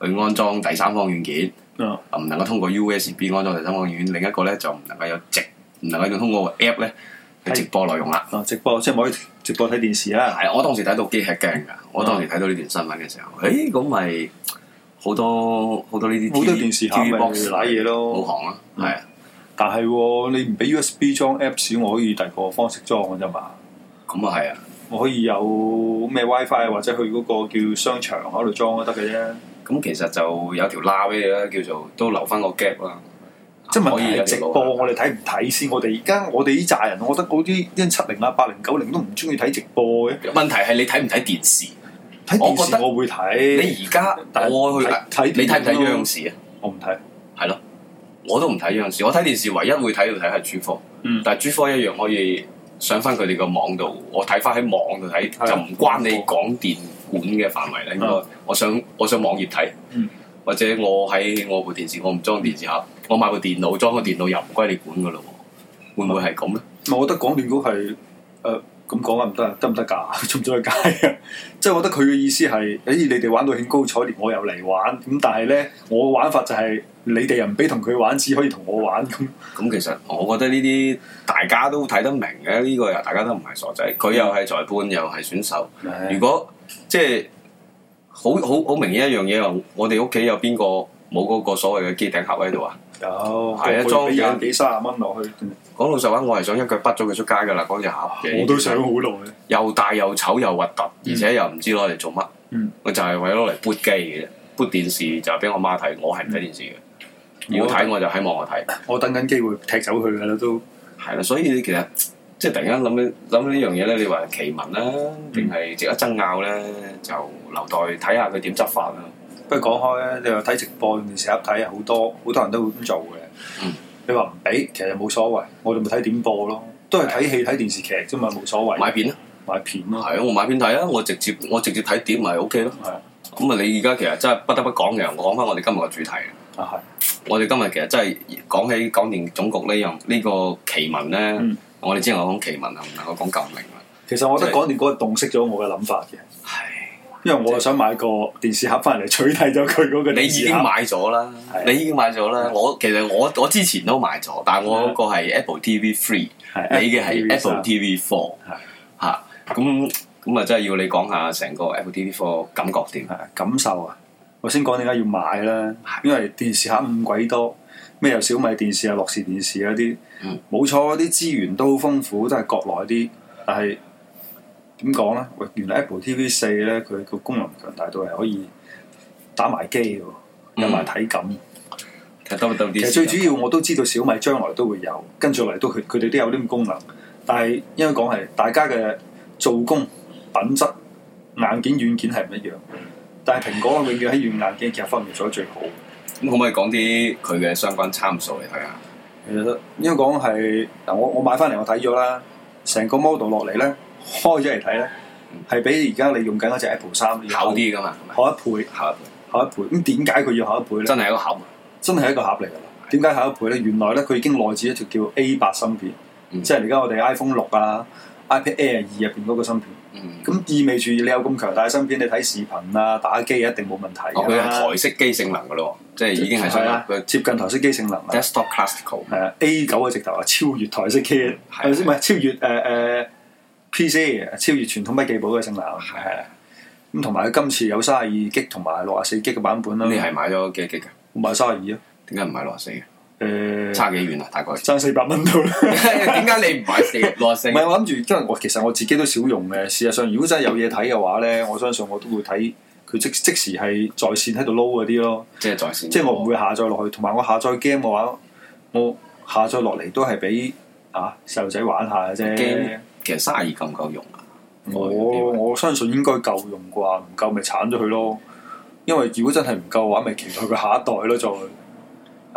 Speaker 2: 去安裝第三方軟件，
Speaker 1: 啊
Speaker 2: 啊唔能夠通過 USB 安裝第三方軟件。另一個咧就唔能夠有直，唔能夠用通過個 app 咧去
Speaker 1: 係
Speaker 2: 直播內容啦。
Speaker 1: 啊！直播即係唔可以直播睇電視啊！
Speaker 2: 係，我當時睇到幾吃驚㗎。我當時睇到呢段新聞嘅時候，誒咁咪好多好多呢啲
Speaker 1: 嗯好多電視盒
Speaker 2: TV
Speaker 1: 咪
Speaker 2: box
Speaker 1: 攋嘢
Speaker 2: 冇
Speaker 1: 咯。
Speaker 2: 行啦，係啊
Speaker 1: 但係喎你唔俾 USB 裝 Apps，我可以第二個方式裝嘅啫嘛。
Speaker 2: 咁啊係啊。
Speaker 1: 我可以有咩 WiFi 或者去嗰個叫商場嗰度裝都得嘅啫。
Speaker 2: 咁其實就有條罅俾你啦，叫做都留翻個 gap 啦。
Speaker 1: 即係問
Speaker 2: 可以
Speaker 1: 題
Speaker 2: 有
Speaker 1: 係直
Speaker 2: 條路
Speaker 1: 播，
Speaker 2: 行
Speaker 1: 我哋睇唔睇先？我哋而家我哋呢扎人，我覺得嗰啲一七零啊、八零九零都唔中意睇直播嘅。
Speaker 2: 問題係你睇唔睇電視？
Speaker 1: 睇電
Speaker 2: 我
Speaker 1: 視
Speaker 2: 覺得
Speaker 1: 我會睇，
Speaker 2: 你而家
Speaker 1: 但係
Speaker 2: 我去
Speaker 1: 睇睇
Speaker 2: 你睇唔
Speaker 1: 電
Speaker 2: 睇
Speaker 1: 影咯
Speaker 2: 央視啊？
Speaker 1: 我唔睇。
Speaker 2: 係咯，我都唔睇央視，我睇電視唯一會睇到睇係 G 科，
Speaker 1: 嗯
Speaker 2: 但係 G 科一樣可以上翻佢哋個網度，我睇翻喺網度睇，
Speaker 1: 係
Speaker 2: 就唔關你廣電管嘅範圍啦。應該
Speaker 1: 嗯
Speaker 2: 我想我上網頁睇
Speaker 1: 嗯，
Speaker 2: 或者我喺我部電視我唔裝電視盒，我買部電腦裝個電腦又唔歸你管噶咯喎，會唔會係咁咧？
Speaker 1: 我覺得廣電局係誒咁講啊，唔得啊，得唔得㗎？ 出唔出得街啊？即係我覺得佢嘅意思係，誒、你哋玩到興高采烈，我又嚟玩。咁但係咧，我嘅玩法就係、你哋又唔俾同佢玩，只可以同我玩咁。
Speaker 2: 咁其實我覺得呢啲大家都睇得明嘅，呢、個又大家都唔係傻仔，佢又係裁判又 係選手。如果即係好好好明顯一樣嘢啊！我哋屋企有邊個冇嗰個所謂嘅機頂盒喺度啊？
Speaker 1: 有
Speaker 2: 係啊裝
Speaker 1: 俾廿
Speaker 2: 緊
Speaker 1: 幾三十蚊落去，
Speaker 2: 講老實話，我係想一腳畢咗佢出街噶啦，嗰只盒
Speaker 1: 哦我都想好耐。
Speaker 2: 又大又醜又核突，
Speaker 1: 嗯
Speaker 2: 而且又唔知攞嚟做乜。
Speaker 1: 嗯
Speaker 2: 我就係為咗攞嚟撥機嘅啫，撥電視就係俾我媽睇，我係唔睇電視嘅。
Speaker 1: 嗯
Speaker 2: 如果睇我就喺網度睇，
Speaker 1: 我等緊機會踢走佢㗎啦都。
Speaker 2: 係啦。所以你其實即係突然間諗起諗起呢樣嘢咧，你話奇聞啦，定係值得爭拗咧，就留待睇下佢點執法啦。
Speaker 1: 不過講開咧，你話睇直播電視盒睇啊，好多好多人都會咁做嘅。
Speaker 2: 嗯
Speaker 1: 你話唔俾，其實冇所謂，我哋咪睇點播咯，都係睇戲睇電視劇啫嘛，冇所謂。
Speaker 2: 買片啦。
Speaker 1: 買片咯，
Speaker 2: 係啊，我買片睇啊，我直接我直接睇碟咪 O K 咯。
Speaker 1: 係啊
Speaker 2: 咁啊，你而家其實真係不得不講嘅，我講翻我哋今日嘅主題啊。
Speaker 1: 啊
Speaker 2: 我哋今日其實真係講起廣電總局呢樣呢個奇聞咧，
Speaker 1: 嗯
Speaker 2: 我哋之前講奇聞啊，唔能夠講禁令啦。
Speaker 1: 係。其實我覺得
Speaker 2: 即係
Speaker 1: 廣電嗰個洞悉咗我嘅諗法嘅，
Speaker 2: 係，
Speaker 1: 因為我想買個電視盒翻嚟取替咗佢嗰個
Speaker 2: 你
Speaker 1: 電
Speaker 2: 已經
Speaker 1: 視盒。
Speaker 2: 買咗啦
Speaker 1: 係啊，
Speaker 2: 你已經買咗啦。我其實我我之前都買咗，但係我嗰個係 Apple TV Three，你
Speaker 1: 係
Speaker 2: 嘅係 Apple TV Four
Speaker 1: 係
Speaker 2: 嚇。咁咁啊，真係要你講下成個 Apple TV Four 感覺點？
Speaker 1: 係感受啊！我先講點解要買啦
Speaker 2: 係，
Speaker 1: 因為電視盒咁鬼多，咩有小米電視啊、樂視電視嗰啲
Speaker 2: 嗯，
Speaker 1: 冇錯，啲資源都好豐富，都係國內啲，但係點講咧？喂，原來 Apple TV 四咧，佢個功能強大到係可以打埋機嘅
Speaker 2: 嗯
Speaker 1: 喎，有埋體感。
Speaker 2: 睇得唔得
Speaker 1: 其
Speaker 2: 啲？
Speaker 1: 實最主要我都知道小米將來都會有，跟住嚟都佢佢哋都有呢咁功能，但係應該講係大家嘅做工品質硬件軟件係唔一樣，但係蘋果永遠喺軟硬件結合方面做得最好。
Speaker 2: 咁可唔可以講啲佢嘅相關參數嚟睇下？
Speaker 1: 其實應該講係嗱，我我買翻嚟我睇咗啦，成個 model 落嚟咧，開咗嚟睇咧，係比而家你用緊嗰只 Apple 三
Speaker 2: 厚，啲噶嘛，
Speaker 1: 厚一倍，
Speaker 2: 厚
Speaker 1: 厚一倍。咁點解佢要厚一倍咧？
Speaker 2: 真係一個啊盒。
Speaker 1: 真係一個盒嚟㗎啦。點解下一倍咧？原來咧佢已經內置一條叫 A 八芯片，
Speaker 2: 嗯
Speaker 1: 即係而家我哋 iPhone 六啊、 iPad Air 二入邊嗰個芯片。
Speaker 2: 嗯，
Speaker 1: 咁意味住你有咁強大嘅芯片，你睇視頻啊、打機一定冇問題
Speaker 2: 哦，
Speaker 1: 㗎
Speaker 2: 佢係
Speaker 1: 啦。
Speaker 2: 台式機性能噶咯喎，即係已經係
Speaker 1: 係
Speaker 2: 上
Speaker 1: 啊
Speaker 2: 啦，佢
Speaker 1: 接近台式機性能啦。
Speaker 2: desktop classical
Speaker 1: 係啊，A 九嘅直頭啊，超越台式機，
Speaker 2: 啊
Speaker 1: 係咪先？唔係超越誒誒、呃 PC，超越傳統筆記簿嘅性能。係啊咁同埋佢今次有三十二 G 同埋六十四 G 嘅版本啦。
Speaker 2: 咁你係買咗幾 G 嘅？
Speaker 1: 我買三十二啊？
Speaker 2: 點解唔買六十四嘅？
Speaker 1: 誒、
Speaker 2: 差幾遠啊？大概
Speaker 1: 爭四百蚊到啦。
Speaker 2: 點解你唔買四六十 四
Speaker 1: 唔？係我諗住，因為我其實我自己都少用嘅。事實上，如果真係有嘢睇嘅話咧，我相信我都會睇佢即即時係在線喺度撈嗰啲咯。
Speaker 2: 即係在線，
Speaker 1: 即係我唔會下載落去，同埋我下載 game 嘅話，我下載落嚟都係俾啊細路仔玩下嘅啫。
Speaker 2: Game 其實三十二夠唔夠用啊？
Speaker 1: 我我相信應該夠用啩，唔夠咪鏟咗佢咯。因為如果真係唔夠嘅話，咪期待佢下一代咯，再係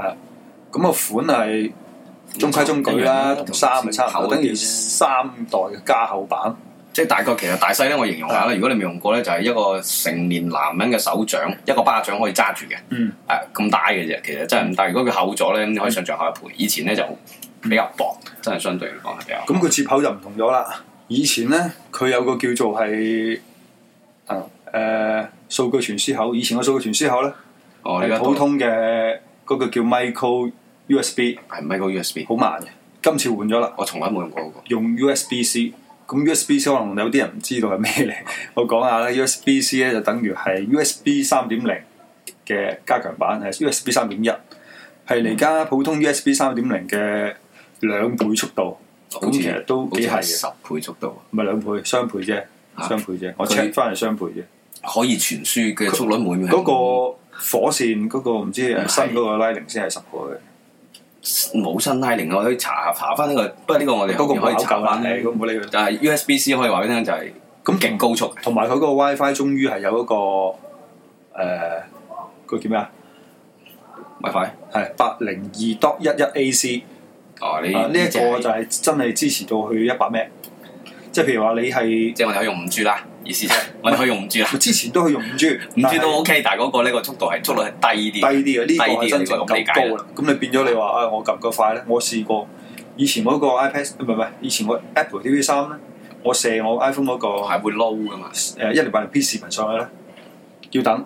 Speaker 1: 啊咁啊款係中規中矩啦，
Speaker 2: 嗯
Speaker 1: 同三咪差唔多，等於三代嘅加厚版。
Speaker 2: 即係大概其實大細咧，我形容
Speaker 1: 啊
Speaker 2: 下啦。如果你未用過咧，就係一個成年男人嘅手掌，一個巴掌可以揸住嘅。
Speaker 1: 嗯。
Speaker 2: 誒咁大嘅啫，其實真係咁大。如果佢厚咗咧，咁你可以上上下一倍。以前咧就比較薄，真係相對嚟講係比較。
Speaker 1: 咁佢接口就唔同咗啦。以前咧，佢有個叫做係啊誒數據傳輸口。以前個數據傳輸口咧
Speaker 2: 我而家
Speaker 1: 係
Speaker 2: 都
Speaker 1: 普通嘅嗰個叫 micro USB，
Speaker 2: 係 micro USB，
Speaker 1: 好慢嘅。今次換咗啦，
Speaker 2: 我從來冇用過嗰個。
Speaker 1: 用 USB C。咁 USB C 可能有啲人唔知道係咩嚟， 我講下啦。USB C 咧就等於係 USB 三點零嘅加強版，係 USB 三點一，係而家普通 USB 三點零嘅兩倍速度。
Speaker 2: 好似
Speaker 1: 其實都
Speaker 2: 好似
Speaker 1: 幾係嘅
Speaker 2: 係十倍速度，
Speaker 1: 唔係兩倍，雙倍啫，
Speaker 2: 啊
Speaker 1: 雙倍啫。我
Speaker 2: 佢
Speaker 1: check 翻係雙倍啫。
Speaker 2: 可以傳輸嘅速率每秒係
Speaker 1: 嗰個火線嗰個唔知
Speaker 2: 唔係
Speaker 1: 誒新嗰個拉零先係十個嘅，
Speaker 2: 冇新拉零，我可以查查翻呢個。不過呢個我哋
Speaker 1: 嗰個唔
Speaker 2: 後面可以
Speaker 1: 考
Speaker 2: 查
Speaker 1: 究啦，
Speaker 2: 翻
Speaker 1: 你咁唔好理佢。
Speaker 2: 但係 USB C 可以話俾你聽就係
Speaker 1: 咁
Speaker 2: 勁高速嘅，
Speaker 1: 同埋佢嗰個 WiFi 終於係有一個誒，呃嗰個叫咩啊？
Speaker 2: WiFi。
Speaker 1: 係八零二 dot 一一 AC
Speaker 2: 哦，你
Speaker 1: 啊！呢一
Speaker 2: 隻
Speaker 1: 個
Speaker 2: 係
Speaker 1: 就係真係支持到去一百 m 即係譬如話你係
Speaker 2: 即係我哋可以用五 G 啦，意思就係我哋可以用五 G 啦，
Speaker 1: 之前都去用五 G，
Speaker 2: 五 G 都 OK，但係嗰個呢個速度係速率係低
Speaker 1: 低
Speaker 2: 啲
Speaker 1: 啲
Speaker 2: 嘅，
Speaker 1: 嘅，呢個係真正
Speaker 2: 低啲嘅呢個咁理解
Speaker 1: 夠高啦。咁你變咗你話啊，我撳夠快咧？我試過以前嗰個 iPad 唔係唔係，以前我 Apple TV 三咧，我射我 iPhone 嗰、個
Speaker 2: 我係會撈噶嘛，
Speaker 1: 誒一零八零 P 視頻上去咧，要等。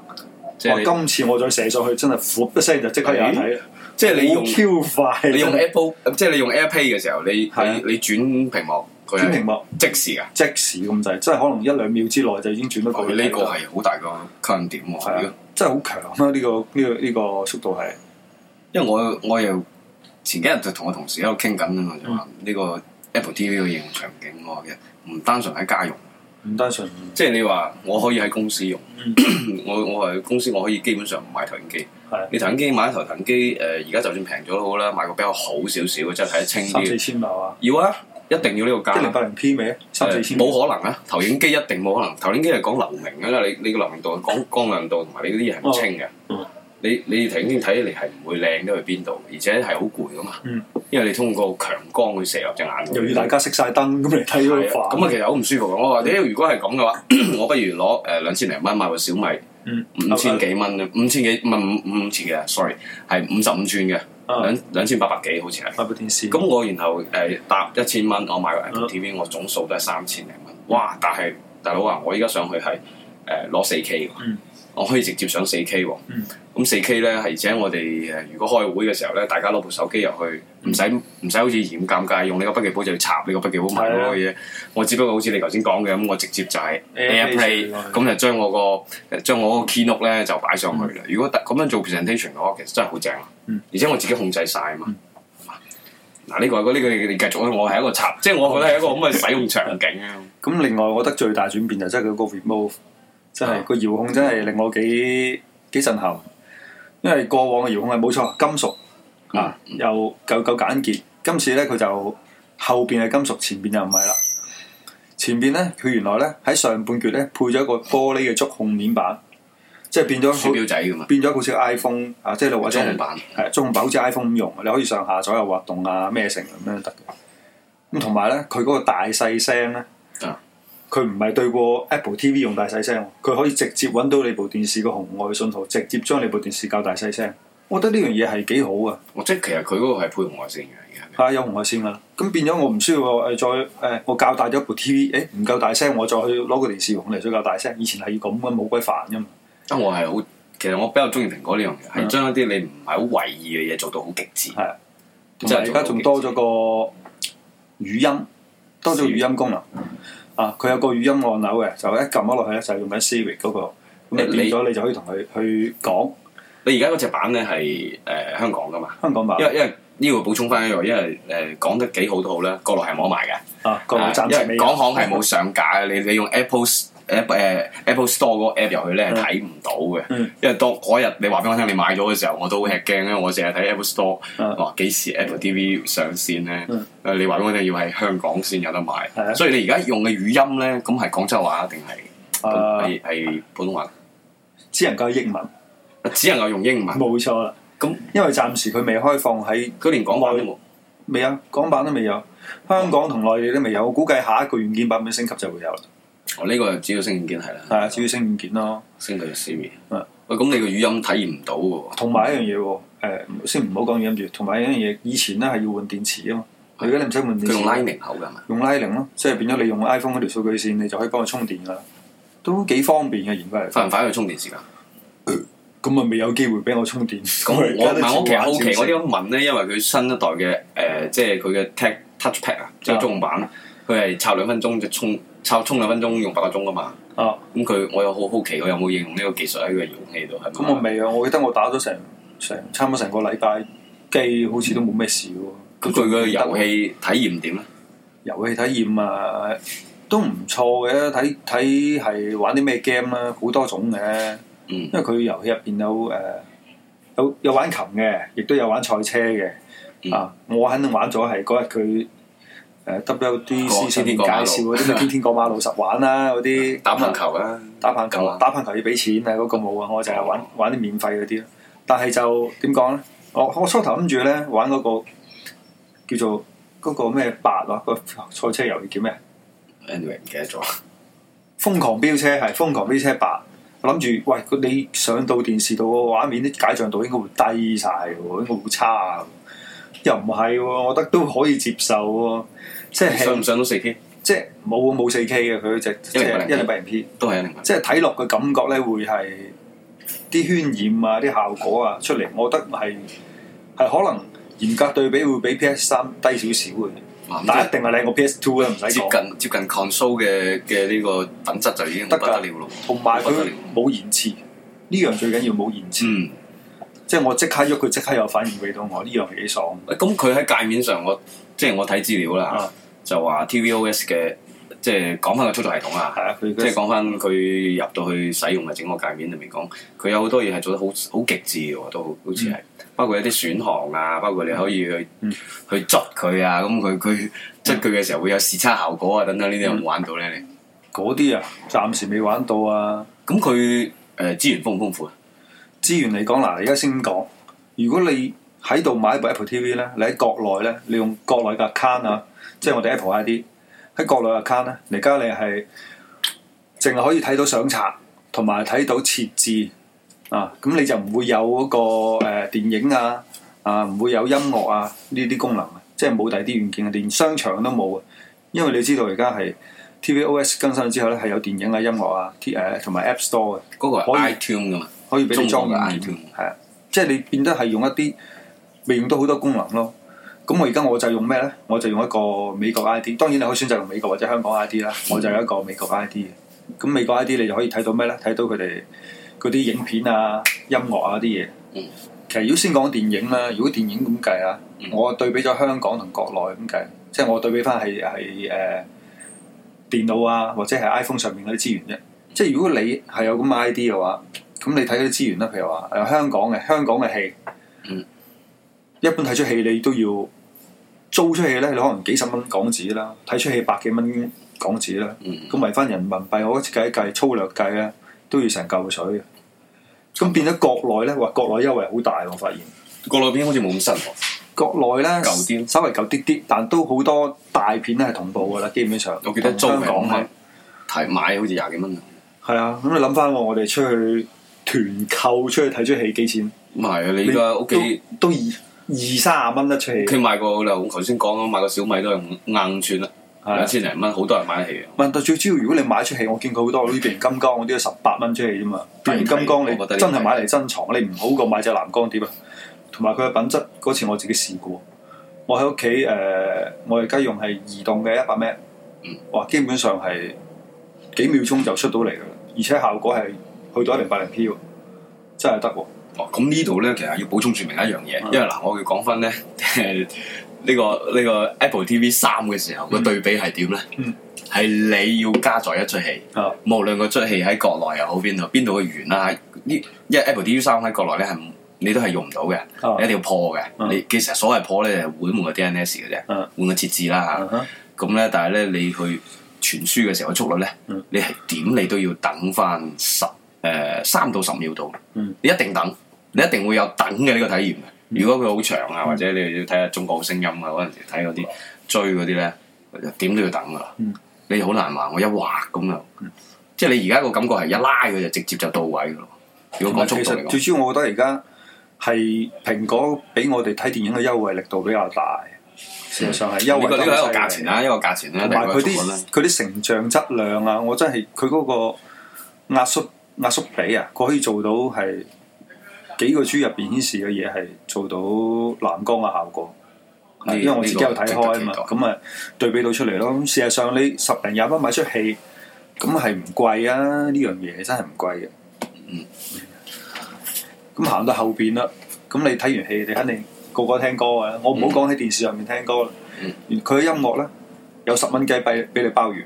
Speaker 2: 即係
Speaker 1: 我
Speaker 2: 你
Speaker 1: 今次我再射上去，真係呼一聲就即刻有得睇啦。
Speaker 2: 即係你用
Speaker 1: 好 Q 快，啊
Speaker 2: 你用
Speaker 1: 真係
Speaker 2: Apple，即係你用 AirPlay 嘅時候，你
Speaker 1: 係啊
Speaker 2: 你你轉屏幕，佢
Speaker 1: 轉
Speaker 2: 係
Speaker 1: 屏幕
Speaker 2: 即時㗎。
Speaker 1: 即時咁滯，即係可能一兩秒之內就已經轉得過
Speaker 2: 佢
Speaker 1: 去。
Speaker 2: 哦呢個係好大個吸引點喎，
Speaker 1: 哦啊係啊，真係好強啦！呢、個呢、個呢、個速度係
Speaker 2: 因為我我又前幾日就同我同事喺度傾緊啊嘛，就
Speaker 1: 嗯
Speaker 2: 話呢個 Apple TV 嘅應用場景我話嘅唔單純喺家用，
Speaker 1: 唔單純。
Speaker 2: 即係你話我可以喺公司用
Speaker 1: 嗯，
Speaker 2: 我我喺公司我可以基本上唔買投影機
Speaker 1: 係，
Speaker 2: 你投影機買一台投影機誒，而家就算平咗都好啦，買個比較好少少嘅，即係睇得清
Speaker 1: 三四
Speaker 2: 啲，
Speaker 1: 千樓啊，
Speaker 2: 要啊，一定要呢個
Speaker 1: 一零
Speaker 2: 價。
Speaker 1: 八零 P 未啊？三四千
Speaker 2: 誒冇可能啊！投影機一定冇可能，投影機係講流明㗎啦，你你個流明度、講光亮度同埋你嗰啲嘢係唔清嘅。
Speaker 1: 哦
Speaker 2: 你你投影機睇起嚟係唔會靚得去邊度，而且係好攰噶嘛。
Speaker 1: 嗯
Speaker 2: 因為你通過強光去射入隻眼度。
Speaker 1: 又要大家熄晒燈咁嚟睇嗰
Speaker 2: 係
Speaker 1: 個
Speaker 2: 啊
Speaker 1: 飯。
Speaker 2: 咁啊，其實好唔舒服嘅。我話屌，如果係咁嘅話， 我不如攞誒兩千零蚊買部小米，
Speaker 1: 嗯
Speaker 2: 五千幾蚊啊，五千幾唔係五五五千嘅，sorry，係五十五寸嘅，
Speaker 1: 啊，
Speaker 2: 兩兩千八百幾好似係。
Speaker 1: 買部電視。
Speaker 2: 嗯咁我然後誒搭一千蚊，我買個 Apple
Speaker 1: 嗯
Speaker 2: TV，我總數都係三千零蚊。哇！但係大佬啊，我依家上去係誒攞四 K 喎
Speaker 1: 嗯，
Speaker 2: 我可以直接上四 K 喎
Speaker 1: 嗯。
Speaker 2: 咁四 K 咧，係而且我哋誒如果開會嘅時候咧，大家攞部手機入去，唔使
Speaker 1: 嗯
Speaker 2: 唔使好似嫌尷尬，用你個筆記簿就要插你個筆記簿問
Speaker 1: 係
Speaker 2: 嗰
Speaker 1: 啊
Speaker 2: 個嘢。我只不過好似你頭先講嘅咁，我直接就係
Speaker 1: AirPlay
Speaker 2: AirPlay，咁就將我個將我個 keynote 咧就擺上去啦。如果特咁樣做 presentation 嘅話，其實真係好正啊
Speaker 1: 嗯！
Speaker 2: 而且我自己控制晒啊嘛。嗱，呢個係嗰呢個你繼續啊！我係一個插，即係我覺
Speaker 1: 哦
Speaker 2: 得係一個咁嘅使用場 景啊。
Speaker 1: 咁另外，我覺得最大轉變就真係佢個 remove，真
Speaker 2: 啊
Speaker 1: 係個遙控真係令我幾幾震撼，因為過往嘅遙控係冇錯，金屬
Speaker 2: 嗯
Speaker 1: 啊又夠夠簡潔，今次咧佢就後邊係金屬，前邊就唔係啦。前邊咧佢原來咧喺上半橛咧配咗一個玻璃嘅觸控面板，即係變咗
Speaker 2: 鼠
Speaker 1: 好
Speaker 2: 標仔㗎嘛，
Speaker 1: 變咗好似 iPhone 啊，即係你或者
Speaker 2: 中
Speaker 1: 係
Speaker 2: 文版
Speaker 1: 係中版好似 iPhone 咁用，你可以上下左右滑動啊，咩成咁樣都得嘅。咁同埋咧，佢嗰個大細聲咧
Speaker 2: 啊，
Speaker 1: 佢唔係對過 Apple TV 用大細聲喎，佢可以直接揾到你部電視個紅外信號，直接將你部電視校大細聲。我覺得呢樣嘢係幾好啊！
Speaker 2: 我即係其實佢嗰個係配紅外線嘅，而家
Speaker 1: 係啊有紅外線噶啦，咁變咗我唔需要誒再誒、我較大咗部 TV，誒唔夠大聲，我再去攞個電視孔嚟再較大聲。以前係咁嘅，冇鬼煩噶嘛。
Speaker 2: 啊我係好，其實我比較中意蘋果呢樣嘢，係
Speaker 1: 嗯
Speaker 2: 將一啲你唔係好為意嘅嘢做到好極致。
Speaker 1: 係啊，同
Speaker 2: 即係
Speaker 1: 埋而家仲多咗個語音，多咗語音功能。啊，佢有個語音按鈕嘅，就一撳咗落去咧，就係用緊 Siri 嗰、個，咁
Speaker 2: 你
Speaker 1: 你變咗你就可以同佢去講
Speaker 2: 你而家嗰只版咧係誒香港噶嘛？
Speaker 1: 香港話
Speaker 2: 因為因為呢個補充翻一樣，因為誒講得幾好都好啦，國內係摸埋嘅，
Speaker 1: 啊，個網站
Speaker 2: 因為港行
Speaker 1: 啊
Speaker 2: 係冇上架嘅， 你你用 Apple S- App 誒 Apple Store 嗰個 app 入去咧係睇唔到嘅，
Speaker 1: 嗯
Speaker 2: 因為當嗰日你話俾我聽你買咗嘅時候，我都好吃驚，因為我成日睇 Apple Store，
Speaker 1: 嗯
Speaker 2: 話幾時 Apple TV 上線咧
Speaker 1: 嗯？
Speaker 2: 誒你話俾我聽要喺香港先有得買
Speaker 1: 係，啊
Speaker 2: 所以你而家用嘅語音咧，咁係廣州話定係
Speaker 1: 啊，
Speaker 2: 嗯係係普通話？
Speaker 1: 只能夠英文，
Speaker 2: 只能夠用英文，
Speaker 1: 冇錯啦。
Speaker 2: 咁
Speaker 1: 因為暫時佢未開放喺
Speaker 2: 佢連港版都冇。
Speaker 1: 未啊，港版都未有，香港同內地都未有。我估計下一個軟件版本升級就會有啦。
Speaker 2: 我哦呢個主要升軟件係啦，
Speaker 1: 係啊，主要升軟件咯。
Speaker 2: 升到 Siri。
Speaker 1: 嗯
Speaker 2: 喂，咁你個語音體驗唔到嘅喎。
Speaker 1: 同埋一樣嘢喎，誒先唔好講語音住，同埋一樣嘢，以前咧係要換電池啊嘛，而家你唔使換電
Speaker 2: 佢
Speaker 1: 池，
Speaker 2: 用 Lightning 口㗎嘛？
Speaker 1: 用拉零咯，即係變咗你用 iPhone 嗰條數據線，你就可以幫佢充電噶啦，都幾方便嘅研究嚟。
Speaker 2: 快唔快去充電時間？
Speaker 1: 咁啊未有機會俾我充電，
Speaker 2: 咁我
Speaker 1: 而家都
Speaker 2: 唔係我其實
Speaker 1: 照玩
Speaker 2: 好奇
Speaker 1: 照食
Speaker 2: 我點解問咧，因為佢新一代嘅誒、呃即係佢嘅 Tech Touchpad 啊，即係中文版，佢係插兩分鐘就充，插充兩分鐘用八個鐘㗎嘛。
Speaker 1: 啊，
Speaker 2: 咁佢我又好好奇，佢有冇應用呢個技術喺佢嘅容器度？係
Speaker 1: 咁我
Speaker 2: 咪？
Speaker 1: 未啊，我記得我打咗成成差唔多成個禮拜機，好似都冇咩事喎。
Speaker 2: 咁佢嘅遊戲體驗點咧？
Speaker 1: 遊戲體驗啊，都唔錯嘅。睇睇係玩啲咩 game 啦，好多種嘅。
Speaker 2: 嗯
Speaker 1: 因為佢遊戲入邊有誒、有有玩琴嘅，亦都有玩賽車嘅。
Speaker 2: 嗯
Speaker 1: 啊，我肯定玩咗係嗰日佢誒呃 WDC 上面介紹嗰 啲咩天天過馬路實玩啦，嗰啲
Speaker 2: 打棒球啦，
Speaker 1: 打棒球
Speaker 2: 咁啊
Speaker 1: 打棒球要俾錢啊，嗰、個冇啊，我就係
Speaker 2: 哦
Speaker 1: 玩玩啲免費嗰啲咯。但係就點講咧？我我初頭諗住咧玩嗰、個叫做嗰個咩八啊，個賽車遊戲叫咩？
Speaker 2: anyway 唔記得咗。
Speaker 1: 瘋狂飆車係瘋狂飆車八，我諗住喂佢你上到電視度個畫面啲解像度應該會低晒嘅喎，應該好差喎又唔係喎，我覺得都可以接受喎，即
Speaker 2: 上唔
Speaker 1: 係
Speaker 2: 上到四 K
Speaker 1: 即係冇冇四 K 嘅佢只即係一零八零 P，
Speaker 2: 都係一零八。
Speaker 1: 即係睇落嘅感覺咧會係啲渲染啊、啲效果啊出嚟，我覺得係係可能嚴格對比會比 PS 三低少少嘅，
Speaker 2: 哇咁即係
Speaker 1: 但一定係靚過 PS Two 啊啦，唔使
Speaker 2: 接
Speaker 1: 講。
Speaker 2: 近接近 console 嘅嘅呢個品質就已經不
Speaker 1: 得㗎
Speaker 2: 得了咯。
Speaker 1: 同埋
Speaker 2: 不得
Speaker 1: 佢
Speaker 2: 了
Speaker 1: 冇延遲，呢樣最緊要冇延遲，
Speaker 2: 嗯，
Speaker 1: 即係我即刻喐佢，即刻有反應俾到我，呢樣係幾爽。
Speaker 2: 喂嗯咁佢喺界面上，我即係我睇資料啦
Speaker 1: 啊，
Speaker 2: 就話 TVOS 嘅，即係講翻個操作系統啊
Speaker 1: 係，啊，佢
Speaker 2: 即係講翻佢入到去使用嘅整個界面裏面講，佢有好多嘢係做得好好極致嘅喎，都好好似係，包括一啲選項啊，包括你可以去
Speaker 1: 嗯
Speaker 2: 去捽佢啊，咁佢佢捽佢嘅時候會有視差效果啊，等等呢啲
Speaker 1: 嗯
Speaker 2: 有冇玩到咧？你
Speaker 1: 嗰啲啊，暫時未玩到啊。
Speaker 2: 咁佢誒資源豐唔豐富啊？
Speaker 1: 資源嚟講，嗱，而家先講，如果你喺度買部 Apple TV 咧，你喺國內咧，你用國內嘅 account 啊，即係我哋 Apple ID 喺國內嘅 account 咧，而家你係淨係可以睇到相冊同埋睇到設置啊，咁你就唔會有嗰、個誒、呃、電影啊啊，唔會有音樂啊呢啲功能啊，即係冇第啲軟件啊，連商場都冇啊，因為你知道而家係 TVOS 更新咗之後咧，係有電影啊、音樂啊、T 誒同埋 App Store 嘅。
Speaker 2: 嗰個
Speaker 1: 可以
Speaker 2: 係 iTune 噶嘛？
Speaker 1: 可以俾你裝
Speaker 2: 中國
Speaker 1: 軟件
Speaker 2: 嘅 iTunes，
Speaker 1: 係啊，即係你變得係用一啲未用到好多功能咯。咁我而家我就用咩咧？我就用一個美國 ID，當然你可以選擇用美國或者香港 ID 啦。我就有一個美國 ID 嘅。咁美國 ID 你就可以睇到咩咧？睇到佢哋嗰啲影片啊、音樂啊啲嘢。
Speaker 2: 嗯
Speaker 1: 其實如果先講電影啦，如果電影咁計啊，
Speaker 2: 嗯
Speaker 1: 我對比咗香港同國內咁計，即係我對比翻係係誒電腦啊，或者係 iPhone 上面嗰啲資源啫。即係如果你係有咁嘅 ID 嘅話，咁你睇嗰啲資源啦，譬如話誒、呃香港嘅香港嘅戲，
Speaker 2: 嗯
Speaker 1: 一般睇出戲你都要租出戲咧，你可能幾十蚊港紙啦，睇出戲百幾蚊港紙啦，
Speaker 2: 嗯。
Speaker 1: 咁圍翻人民幣，我計一計粗略計咧，都要成嚿水嘅。咁變咗國內咧，話國內優惠好大喎，我發現。
Speaker 2: 國內片好似冇咁新喎，
Speaker 1: 國內咧
Speaker 2: 舊啲
Speaker 1: 稍微舊啲啲，但都好多大片咧係同步噶啦，基本上。
Speaker 2: 我記得租
Speaker 1: 同
Speaker 2: 係
Speaker 1: 香
Speaker 2: 五
Speaker 1: 港
Speaker 2: 蚊，提買好似廿幾蚊。
Speaker 1: 係啊，咁你諗翻我哋出去團購出去睇出戲幾錢？
Speaker 2: 唔係啊！你而家屋企
Speaker 1: 都二二三十蚊一出
Speaker 2: 屋
Speaker 1: 戲，
Speaker 2: 企買個啦，我頭先講啊，買個小米都係五硬串啦，
Speaker 1: 係啊
Speaker 2: 兩千零蚊，好多人買得起嘅。
Speaker 1: 問題最主要，如果你買出戲，我見過好多呢變形金剛，我都要十八蚊出戲啫嘛。變形金剛你
Speaker 2: 我覺得呢
Speaker 1: 真係買嚟珍藏，你唔好過買隻藍光碟啊。同埋佢嘅品質，嗰次我自己試過。我喺屋企誒，呃我而家用係移動嘅一百 m
Speaker 2: 嗯
Speaker 1: 哇，基本上係幾秒鐘就出到嚟㗎啦，而且效果係去到一零八零 P 喎，真係得喎。
Speaker 2: 哦，咁呢度咧，其實要補充説明一樣嘢，
Speaker 1: 嗯
Speaker 2: 因為嗱，我要講翻咧， 呢個呢個 Apple TV 三嘅時候個對比係點咧
Speaker 1: 嗯？
Speaker 2: 係你要加載一出戲
Speaker 1: 啊，
Speaker 2: 無論個出戲喺國內又好邊度，邊度嘅源啦，喺呢因為 Apple TV 三喺國內咧係唔你都係用唔到嘅，
Speaker 1: 啊
Speaker 2: 你一定要破嘅。
Speaker 1: 嗯
Speaker 2: 你其實所謂破咧，就係換換個 DNS 嘅啫，
Speaker 1: 嗯
Speaker 2: 換個設置啦嚇。
Speaker 1: 嗯哼
Speaker 2: 咁咧，但係咧，你去傳輸嘅時候嘅速率咧，
Speaker 1: 嗯
Speaker 2: 你係點你都要等翻十誒三到十秒度，
Speaker 1: 嗯
Speaker 2: 你一定等，你一定會有等嘅呢個體驗嘅。如果佢好長
Speaker 1: 嗯
Speaker 2: 啊，或者你要睇下中國好聲音啊嗰陣時睇嗰啲追嗰啲咧，點都要等噶啦。
Speaker 1: 嗯
Speaker 2: 你好難話我一劃咁樣，即係你而家個感覺係一拉佢就直接就到位噶咯。如果講速
Speaker 1: 啊其
Speaker 2: 度嚟
Speaker 1: 實
Speaker 2: 講，
Speaker 1: 最主要，我覺得而家係蘋果俾我哋睇電影嘅優惠力度比較大，事實上係優
Speaker 2: 呢
Speaker 1: 惠
Speaker 2: 個
Speaker 1: 得
Speaker 2: 嗯呢
Speaker 1: 好犀利
Speaker 2: 個一個價錢啦，一個價錢啦，
Speaker 1: 同埋佢
Speaker 2: 另
Speaker 1: 啲
Speaker 2: 外一個速率啦
Speaker 1: 佢啲成像質量啊，我真係佢嗰個壓縮壓縮比啊，佢可以做到係幾個 G 入邊顯示嘅嘢係做到藍光嘅效果。
Speaker 2: 呢
Speaker 1: 因為我自己有睇開啊嘛
Speaker 2: 呢，個值得期待
Speaker 1: 咁啊對比到出嚟咯。咁事實上你十零廿蚊買出戲，咁係唔貴啊！呢樣嘢真係唔貴嘅。
Speaker 2: 嗯。
Speaker 1: 咁行到後邊啦，咁你睇完戲，你肯定個個聽歌啊！我唔好講喺電視上面聽歌啦
Speaker 2: 嗯，
Speaker 1: 佢嘅音樂咧有十蚊雞幣俾你包完。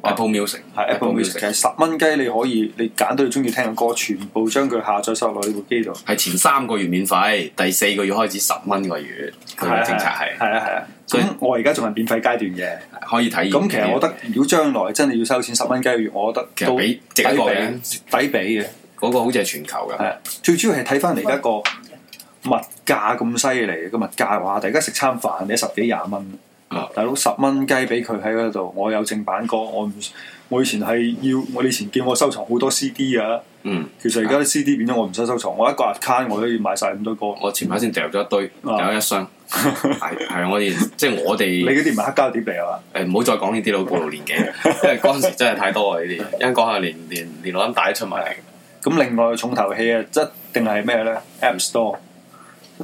Speaker 2: Apple Music
Speaker 1: 係 Apple Music 嘅十蚊雞，你可以你揀到你中意聽嘅歌，全部將佢下載收落你部機度。
Speaker 2: 係前三個月免費，第四個月開始十蚊個月，佢嘅政策係
Speaker 1: 係啊係啊，
Speaker 2: 所以
Speaker 1: 咁我而家仲係免費階段嘅。
Speaker 2: 可以睇。
Speaker 1: 咁其實我覺得，如果將來真係要收錢十蚊雞個月，我覺
Speaker 2: 其
Speaker 1: 得
Speaker 2: 實
Speaker 1: 都
Speaker 2: 俾
Speaker 1: 抵
Speaker 2: 值一個
Speaker 1: 俾啊
Speaker 2: 嘅，
Speaker 1: 抵俾嘅。
Speaker 2: 嗰個好似係全球嘅。
Speaker 1: 係最主要係睇翻嚟而家個物價咁犀利，個物價哇！大家食餐飯你十幾廿蚊
Speaker 2: 啊，
Speaker 1: 大佬十蚊雞俾佢喺嗰度，我有正版歌，我唔我以前係要我以前見我收藏好多 CD 啊。
Speaker 2: 嗯，
Speaker 1: 其實而家啲 CD 變咗我唔使收藏，我一個 account 我都要買晒咁多歌。
Speaker 2: 我前排先掉咗一堆，掉
Speaker 1: 啊
Speaker 2: 咗一 箱。係係，啊我哋即係我
Speaker 1: 你
Speaker 2: 哋
Speaker 1: 嗰啲唔係黑膠碟嚟啊
Speaker 2: 誒，唔好再講呢啲老暴露年 紀，因為嗰陣時真係太多啊啦呢啲，一陣講下連連連錄音帶都出埋嚟。
Speaker 1: 嘛？咁另外重頭戲啊，一定係咩咧？App Store，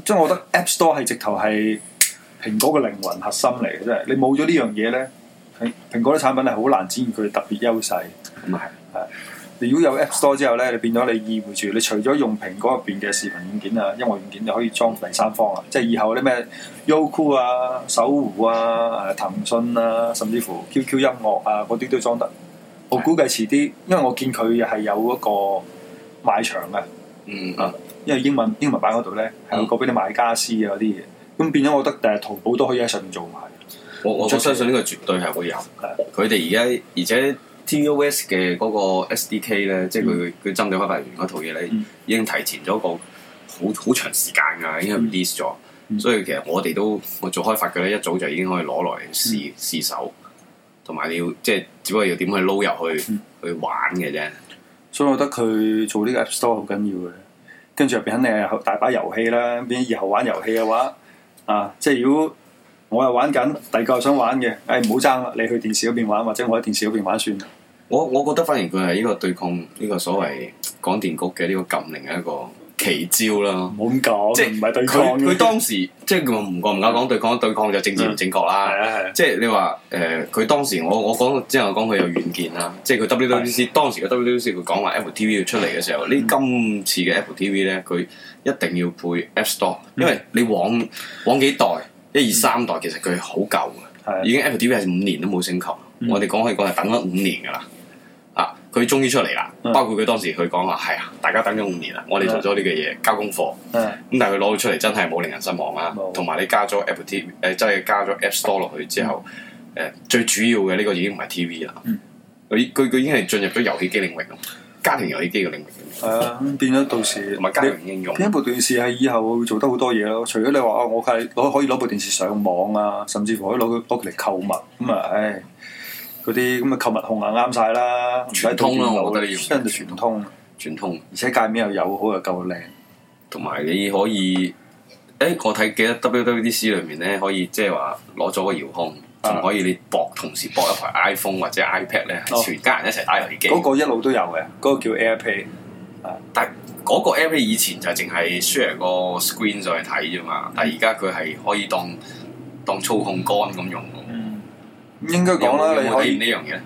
Speaker 1: 即係我覺得 App Store 係直頭係蘋果嘅靈魂核心嚟嘅，真係你冇咗呢樣嘢咧，蘋蘋果啲產品係好難展現佢特別優勢。
Speaker 2: 咁啊
Speaker 1: 你如果有 App Store 之後咧，你變咗你意會住，你除咗用蘋果入邊嘅視頻軟件啊、音樂軟件，你可以裝第三方啊，即係以後啲咩 Youku 啊、搜狐啊、誒騰訊啊，甚至乎 QQ 音樂啊嗰啲都裝得。我估計遲啲，因為我見佢係有嗰個賣場嘅，
Speaker 2: 係，
Speaker 1: 啊
Speaker 2: 嗯，
Speaker 1: 因為英文英文版嗰度咧係有個俾你買家私啊嗰啲嘢，咁變咗我覺得誒淘寶都可以喺上面做埋。
Speaker 2: 我我我
Speaker 1: 出奇
Speaker 2: 相信呢個絕對係會有。佢哋而家而且 TOS 嘅嗰個 SDK 咧，即係佢佢針對開發人員嗰套嘢咧
Speaker 1: 嗯，
Speaker 2: 已經提前咗個好好長時間㗎，已經
Speaker 1: 嗯
Speaker 2: release 咗。
Speaker 1: 嗯
Speaker 2: 所以其實我哋都我做開發嘅咧，一早就已經可以攞來
Speaker 1: 嗯
Speaker 2: 試試手，同埋你要即係只不過要點去撈入去
Speaker 1: 嗯
Speaker 2: 去玩嘅啫。
Speaker 1: 所以我覺得佢做呢個 App Store 好緊要嘅。跟住入邊肯定係大把遊戲啦，變咗以後玩遊戲嘅話，啊，即係如果我又玩緊，第二個又想玩嘅，誒唔好爭啦，你去電視嗰邊玩，或者我喺電視嗰邊玩算啦。
Speaker 2: 我我覺得反而佢係呢個對抗呢個所謂廣電局嘅呢個禁令嘅一個奇招啦。
Speaker 1: 唔好咁講，
Speaker 2: 即
Speaker 1: 係唔係對
Speaker 2: 佢
Speaker 1: 抗嘅
Speaker 2: 佢當時即係我唔講唔啱講對抗，對抗就政治唔正確啦。
Speaker 1: 係啊係啊，
Speaker 2: 即係你話誒，佢、當時我我講之後講佢有遠見啦，即係佢 WWDC 當時嘅 WWDC 佢講話 Apple TV 要出嚟嘅時候，呢
Speaker 1: 嗯
Speaker 2: 今次嘅 Apple TV 咧，佢一定要配 App Store，因
Speaker 1: 嗯
Speaker 2: 為你往往幾代一二三代其實佢係好舊
Speaker 1: 係啊
Speaker 2: 嘅，已經 Apple TV 係五年都冇升級，
Speaker 1: 嗯
Speaker 2: 我哋講可以講係等咗五年㗎啦。啊！佢終於出嚟啦，
Speaker 1: 嗯
Speaker 2: 包括佢當時佢講話係啊，大家等咗五年啦，我哋做咗呢個嘢交功課，
Speaker 1: 嗯
Speaker 2: 咁但係佢攞咗出嚟真係冇令人失望啦
Speaker 1: 冇，
Speaker 2: 同埋你加咗 Apple TV 誒、即係加咗 App Store 落去之後，誒、最主要嘅呢個已經唔係 TV 啦
Speaker 1: 嗯，
Speaker 2: 佢佢佢已經係進入咗遊戲機領域咯，家庭遊戲機嘅領域，
Speaker 1: 係啊，咁變咗到時
Speaker 2: 同埋家
Speaker 1: 你
Speaker 2: 庭應用。
Speaker 1: 呢一部電視係以後會做得好多嘢咯。除咗你話啊，我係攞可以攞部電視上網啊，甚至乎可以攞佢攞佢嚟購物咁
Speaker 2: 嗯
Speaker 1: 啊，唉，嗰啲咁嘅購物控啊啱晒啦，唔使
Speaker 2: 全通啦啊
Speaker 1: 對電腦
Speaker 2: 我覺得要
Speaker 1: 真係全通。
Speaker 2: 傳通
Speaker 1: 而且界面又友好又夠靚，
Speaker 2: 同埋你可以，誒我睇記得 WWDC 裏面咧可以即係話攞咗個遙控，仲
Speaker 1: 啊
Speaker 2: 可以你駁同時駁一台 iPhone 或者 iPad 咧，係
Speaker 1: 哦
Speaker 2: 全家人一齊打遊戲機。
Speaker 1: 嗰個一路都有嘅，嗰個叫 AirPlay。
Speaker 2: 但嗰個 app 咧以前就淨係 share 個 screen 上去睇啫嘛，但係而家佢係可以當當操控杆咁用喎。
Speaker 1: 嗯，應該
Speaker 2: 有
Speaker 1: 講
Speaker 2: 冇
Speaker 1: 啦，
Speaker 2: 有
Speaker 1: 你
Speaker 2: 冇
Speaker 1: 可
Speaker 2: 體
Speaker 1: 以
Speaker 2: 驗呢樣嘢咧？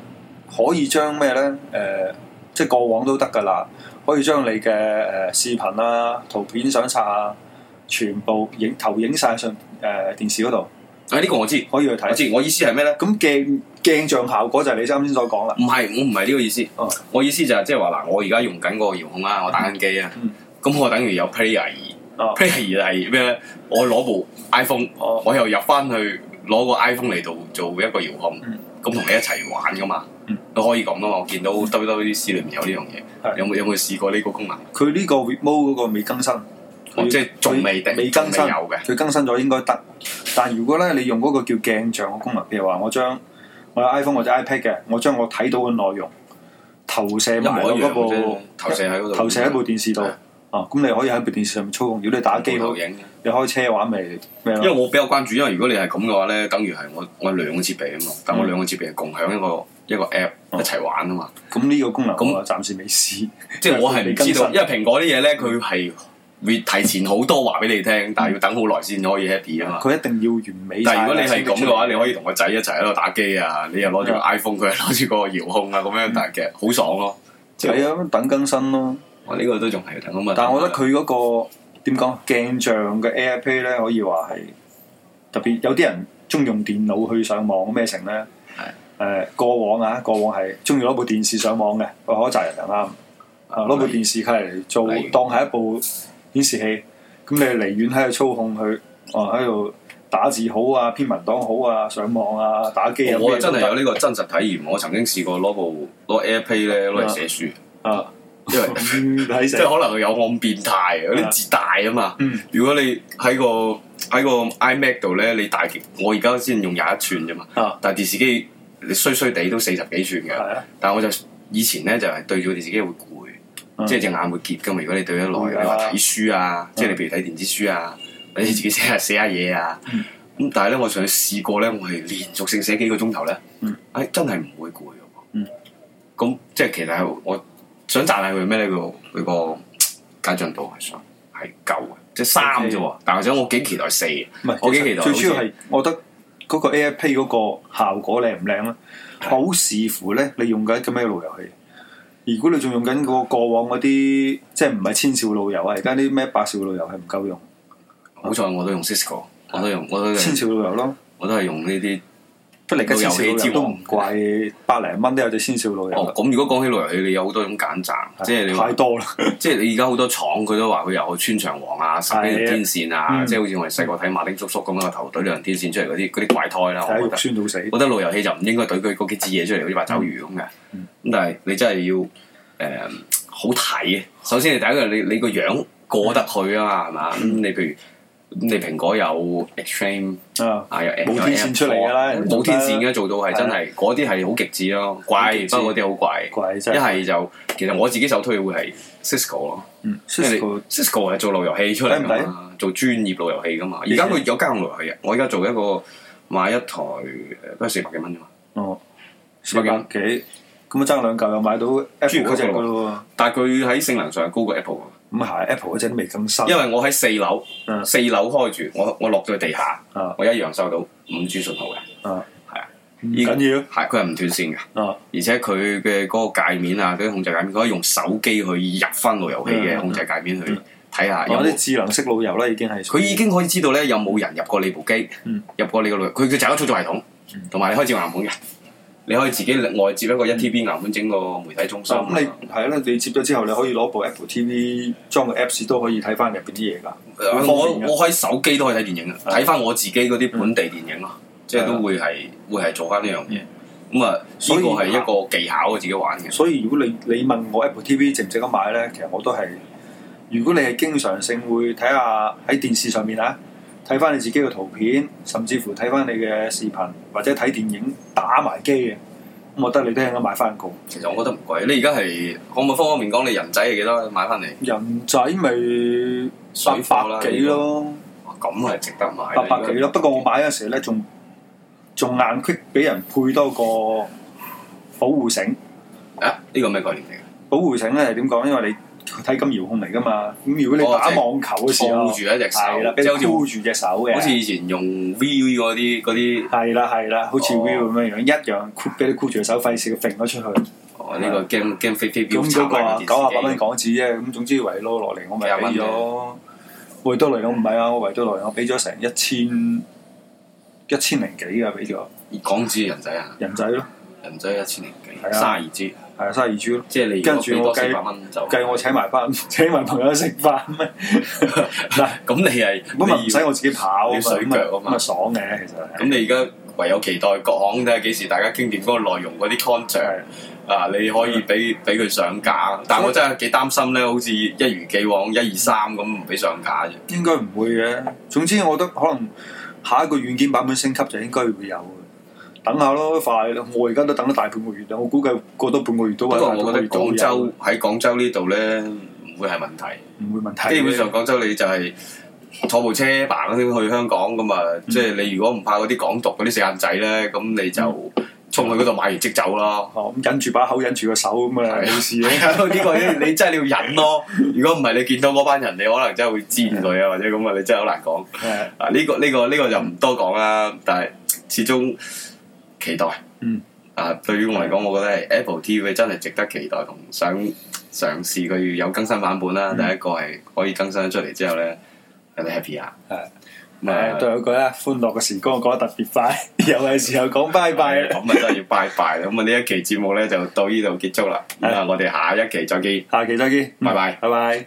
Speaker 1: 可以將咩咧？誒、即係過往都得㗎啦，可以將你嘅誒、視頻啊、圖片、相冊啊，全部影投影晒上誒、呃電視嗰度，
Speaker 2: 啊，呢個我知，
Speaker 1: 可以去
Speaker 2: 我
Speaker 1: 睇。
Speaker 2: 知。我意思係咩咧？
Speaker 1: 咁鏡鏡像效果就係你啱先所講啦。
Speaker 2: 唔係，我唔係呢個意思。
Speaker 1: 哦
Speaker 2: 我意思就係即係話嗱，我而家用緊嗰個遙控啦，我打緊機啊
Speaker 1: 嗯，
Speaker 2: 咁、我等於有 player 二、
Speaker 1: 哦
Speaker 2: p l a y e r 二係咩咧？我攞部 iPhone，、
Speaker 1: 哦
Speaker 2: 我又入翻去攞個 iPhone 嚟度做一個遙控，
Speaker 1: 嗯
Speaker 2: 咁同、你一齊玩噶嘛，
Speaker 1: 嗯
Speaker 2: 都可以咁啊噶嘛。我見到 WWDC 裏面有呢樣嘢，
Speaker 1: 係
Speaker 2: 有冇有冇試過呢個功能？
Speaker 1: 佢呢個 remote 嗰個未更新，
Speaker 2: 哦
Speaker 1: 佢
Speaker 2: 即係仲未定
Speaker 1: 佢未更新
Speaker 2: 仲未有嘅
Speaker 1: 佢更新咗應該得。但如果咧你用嗰個叫鏡像嘅功能，譬如話我將我有 iPhone 或者 iPad 嘅，我將我睇到嘅內容投射
Speaker 2: 一
Speaker 1: 埋
Speaker 2: 模
Speaker 1: 落
Speaker 2: 一樣
Speaker 1: 嗰
Speaker 2: 嘅啫
Speaker 1: 部，
Speaker 2: 投射喺嗰度，
Speaker 1: 投射喺部電視度
Speaker 2: 係。啊
Speaker 1: 哦，咁你可以喺部電視上面操控。如果你打機好
Speaker 2: 投，影。
Speaker 1: 你開車玩咪咩
Speaker 2: 因為
Speaker 1: 咯？
Speaker 2: 我比較關注，因為如果你係咁嘅話咧，等於係我我兩個設備啊嘛，但我兩個設備係共享一個一個 app
Speaker 1: 哦
Speaker 2: 一齊玩啊嘛。
Speaker 1: 咁呢個功能
Speaker 2: 咁
Speaker 1: 我暫時未試。
Speaker 2: 即係我係唔知道，因為蘋果啲嘢咧，佢係會提前好多話俾你聽，但係要等好耐先可以 happy 啊嘛。
Speaker 1: 佢一定要完美晒啊
Speaker 2: 但係
Speaker 1: 啦。
Speaker 2: 如果你係咁嘅話，你可
Speaker 1: 以
Speaker 2: 以同個仔一齊喺度打機啊，你又攞住個
Speaker 1: 嗯
Speaker 2: iPhone，佢又攞住個遙控啊，咁樣，但係其實好爽咯。即係
Speaker 1: 係啊，等更新咯。
Speaker 2: 我呢個都仲係要等咁啊。
Speaker 1: 但係我覺得佢嗰、個點講鏡像嘅 AirPlay 咧，可以話係特別有啲人中用電腦去上網咩成咧？
Speaker 2: 係
Speaker 1: 誒、過往啊，過往係中意攞部電視上網嘅，我嗰扎人就啱啊，攞部電視佢嚟做
Speaker 2: 例如
Speaker 1: 當係一部顯示器，咁你離遠喺度操控佢，哦喺度打字好啊，編文檔好啊，上網啊，打機啊，
Speaker 2: 我
Speaker 1: 咩都
Speaker 2: 真
Speaker 1: 得
Speaker 2: 係有呢個真實體驗，我曾經試過攞部攞 AirPlay 咧攞嚟寫書，
Speaker 1: 啊，
Speaker 2: 因為
Speaker 1: 睇
Speaker 2: 即
Speaker 1: 成
Speaker 2: 係可能佢有我咁變態，有啲字大啊嘛。
Speaker 1: 嗯
Speaker 2: 如果你喺個喺個 iMac 度咧，你大極我而家先用廿一寸啫嘛，
Speaker 1: 啊，
Speaker 2: 但係電視機你衰衰地都四十幾寸
Speaker 1: 係
Speaker 2: 嘅，
Speaker 1: 啊，
Speaker 2: 但係我就以前咧就係、對住個電視機會攰，
Speaker 1: 嗯
Speaker 2: 即係隻眼會結噶嘛。如果你對得耐，
Speaker 1: 會㗎
Speaker 2: 你話睇書啊，即係你譬如睇電子書啊，或者自己寫
Speaker 1: 嗯
Speaker 2: 下寫下嘢啊。咁但係咧，我上次試過咧，我係連續性寫幾個鐘頭咧，誒、
Speaker 1: 嗯
Speaker 2: 真係唔會攰嘅喎。
Speaker 1: 嗯
Speaker 2: 咁即係其實係我想讚下佢咩咧？佢個佢個解像度係上係夠嘅，即係三啫喎。但係我幾期待四嘅。
Speaker 1: 唔係，
Speaker 2: 我幾
Speaker 1: 其實
Speaker 2: 期待
Speaker 1: 最主
Speaker 2: 好
Speaker 1: 要係，我覺得嗰個 AirPlay 嗰個效果靚唔靚咧，
Speaker 2: 係
Speaker 1: 好視乎咧你用緊嘅咩路由器。如果你仲用緊嗰個過往嗰啲，即係唔係千兆路由啊，而家啲咩百兆路由係唔夠用，
Speaker 2: 好彩我都用 Cisco，我都用我都
Speaker 1: 千
Speaker 2: 係
Speaker 1: 兆路由咯。
Speaker 2: 我都係用呢啲。
Speaker 1: 不過而家千兆路由都
Speaker 2: 路由
Speaker 1: 唔
Speaker 2: 器之王
Speaker 1: 貴，百零蚊都有隻千兆路由
Speaker 2: 哦
Speaker 1: 啦，，
Speaker 2: 咁如果講起路由器，你有好多種揀擇，哦即係你話
Speaker 1: 太多啦。
Speaker 2: 即係你而家好多廠佢都話佢有穿牆王啊、十幾條
Speaker 1: 係啊
Speaker 2: 天線啊，
Speaker 1: 嗯嗯
Speaker 2: 即係好似我哋細個睇馬丁叔叔咁樣個頭懟兩條天線出嚟嗰啲嗰啲怪胎啦，
Speaker 1: 睇下
Speaker 2: 我覺
Speaker 1: 肉
Speaker 2: 哦得。
Speaker 1: 酸到死。
Speaker 2: 我覺得路由器就唔應該懟佢嗰幾支嘢出嚟，好似八爪魚咁嘅。
Speaker 1: 嗯
Speaker 2: 咁但係你真係要誒好睇。啊首先你第一個你你個樣過得去啊嘛，係嘛？
Speaker 1: 嗯
Speaker 2: 咁你譬如咁你蘋果有 Extreme
Speaker 1: 啊，
Speaker 2: 啊，有
Speaker 1: 冇天線出嚟㗎啦
Speaker 2: 冇天線嘅做到係真係嗰啲係好極致咯，貴
Speaker 1: 極致
Speaker 2: 不過嗰啲好貴。
Speaker 1: 貴真
Speaker 2: 一
Speaker 1: 係。
Speaker 2: 係就其實我自己首推會係 Cisco 咯
Speaker 1: 嗯
Speaker 2: 因為你
Speaker 1: Cisco
Speaker 2: Cisco 係做路由器出嚟
Speaker 1: 抵
Speaker 2: 噶
Speaker 1: 唔
Speaker 2: 嘛，做專業路由器噶嘛。而家佢有家用路由器嘅，啊我而家做一個買一台誒都係四百幾蚊啫嘛。
Speaker 1: 哦，四百幾，咁啊爭兩嚿又買到 Apple 嗰只㗎咯
Speaker 2: 但係佢喺性能上高過 Apple 㗎嘛
Speaker 1: 喎。咁啊係 Apple 嗰只都未更新。
Speaker 2: 因為我喺四樓，
Speaker 1: 嗯
Speaker 2: 四樓開住，我我落咗去地下，
Speaker 1: 啊
Speaker 2: 我一樣收到五 G 信號嘅，
Speaker 1: 啊，
Speaker 2: 係啊，
Speaker 1: 唔緊
Speaker 2: 係佢係唔斷線嘅，
Speaker 1: 要啊。
Speaker 2: 而且佢嘅嗰個界面啊，嗰啲控制界面，佢可以用手機去入翻路由器嘅
Speaker 1: 嗯
Speaker 2: 控制界面去睇下啊有
Speaker 1: 有
Speaker 2: 冇
Speaker 1: 啲智能式路由啦，已經係
Speaker 2: 佢已經可以知道咧有冇人入過你部機，
Speaker 1: 嗯
Speaker 2: 入過你個類，佢佢就有一個操作系統，同埋你可以接硬盤嘅，你可以自己外接一個一 TB 硬盤整個媒體中心。
Speaker 1: 哦咁你係啦，你接咗之後，你可以攞部 Apple TV 裝個 Apps 都可以睇翻入邊啲嘢㗎。好
Speaker 2: 呃我
Speaker 1: 方便嘅
Speaker 2: 我喺手機都可以睇電影嘅，
Speaker 1: 係
Speaker 2: 睇翻我自己嗰
Speaker 1: 嗯
Speaker 2: 啲本地電影
Speaker 1: 啊
Speaker 2: 咯，即係都會係會係做翻呢樣嘢。
Speaker 1: 嗯
Speaker 2: 咁啊，呢
Speaker 1: 所以
Speaker 2: 個係一個技巧，我自己玩嘅。
Speaker 1: 所以如果你你問我 Apple TV 值唔值得買咧，其實我都係，如果你係經常性會睇下喺電視上面啊，睇翻你自己嘅圖片，甚至乎睇翻你嘅視頻或者睇電影打埋機嘅，咁我覺得你都應該買翻個。
Speaker 2: 其實我覺得唔貴。你而家係可唔可以方方面講？你人仔係幾多買翻嚟？
Speaker 1: 人仔咪
Speaker 2: 水
Speaker 1: 八
Speaker 2: 貨啦，
Speaker 1: 百幾咯，
Speaker 2: 呢個，哇咁係值得買
Speaker 1: 八
Speaker 2: 啦。
Speaker 1: 百幾咯。不過我買嗰陣時咧，仲仲硬棘俾人配多個保護繩。
Speaker 2: 啊，呢個咩概念嚟㗎？
Speaker 1: 保護繩咧係點講？因為你睇金遙控嚟噶嘛。咁如果你
Speaker 2: 哦
Speaker 1: 打
Speaker 2: 即係
Speaker 1: 網球嘅時候
Speaker 2: 抱，住一隻
Speaker 1: 啊係啦，
Speaker 2: 手，
Speaker 1: 俾
Speaker 2: 即
Speaker 1: 你
Speaker 2: 係好似
Speaker 1: 箍住隻手嘅。
Speaker 2: 好似以前用 V 嗰啲嗰啲，
Speaker 1: 係啦係啦，好似
Speaker 2: 哦
Speaker 1: Will 咁樣樣，一樣箍俾你箍住隻手，費事佢揈咗出去。
Speaker 2: 哦呢個 game game 飛飛鏢
Speaker 1: 啊咁
Speaker 2: 插
Speaker 1: 嗰個
Speaker 2: 埋個電視機
Speaker 1: 九啊八蚊港紙啫，咁總之維多落嚟我咪俾
Speaker 2: 廿
Speaker 1: 咗維多嚟，我唔係啊，我維多嚟我俾咗成一千一千零幾㗎，俾咗
Speaker 2: 港紙人仔啊，
Speaker 1: 人仔咯，
Speaker 2: 人仔一千零幾，
Speaker 1: 係啊
Speaker 2: 三十二支，
Speaker 1: 係啊，三十二 G 咯，
Speaker 2: 即係你
Speaker 1: 跟住
Speaker 2: 如
Speaker 1: 我
Speaker 2: 果
Speaker 1: 計
Speaker 2: 俾多四百蚊就
Speaker 1: 計我請埋班 請埋朋友食飯咩？嗱，
Speaker 2: 咁你係
Speaker 1: 咁咪唔
Speaker 2: 你要
Speaker 1: 使我自己跑啊嘛，
Speaker 2: 你水
Speaker 1: 咁咪
Speaker 2: 腳啊
Speaker 1: 咁
Speaker 2: 嘛
Speaker 1: 咪爽嘅其實係。
Speaker 2: 咁你而家唯有期待各行睇下幾時大家傾掂嗰個內容嗰啲 contract
Speaker 1: 係
Speaker 2: 啊，你可以俾俾佢上架，但我真係幾擔心咧，好似一如既往一二三咁唔俾上架啫。
Speaker 1: 應該唔會嘅。總之，我覺得可能下一個軟件版本升級就應該會有嘅。等下咯，快啦！我而家都等咗大半個月啦，我估計過多半個月都
Speaker 2: 不
Speaker 1: 或者
Speaker 2: 過
Speaker 1: 大半
Speaker 2: 我
Speaker 1: 個
Speaker 2: 覺
Speaker 1: 月
Speaker 2: 得
Speaker 1: 都會
Speaker 2: 廣
Speaker 1: 有
Speaker 2: 州喺廣州呢度咧唔會係問題，
Speaker 1: 唔會問題嘅。
Speaker 2: 基本上廣州你就係坐部車嘭一聲去香港咁啊，
Speaker 1: 嗯
Speaker 2: 即係你如果唔怕嗰啲港獨嗰啲死眼仔咧，咁你就
Speaker 1: 嗯
Speaker 2: 衝去嗰度買完即走咯。
Speaker 1: 哦，咁忍住把口，忍住個手咁 啊，冇事嘅。
Speaker 2: 係啊，呢個你你真係你要忍咯。如果唔係，你見到嗰班人，你可能真係會煎佢啊，或者咁啊，你真係好難講。
Speaker 1: 係
Speaker 2: 啊，呢、個呢、個呢、個就唔多講啦。但係始終期待，
Speaker 1: 嗯，
Speaker 2: 啊，對於我嚟講，我覺得係 Apple TV 真係值得期待同想嘗試佢有更新版本啦。
Speaker 1: 嗯
Speaker 2: 第一個係可以更新咗出嚟之後咧，人哋 happy 下。
Speaker 1: 係
Speaker 2: 咁啊
Speaker 1: 誒，都有句啦，歡樂嘅時光過得特別快， 又係時候講拜拜啦。
Speaker 2: 咁啊真係要拜拜啦。咁啊呢一期節目咧就到呢度結束啦。咁啊，我哋下一期再見，
Speaker 1: 下期再見，
Speaker 2: 拜拜。
Speaker 1: 拜拜。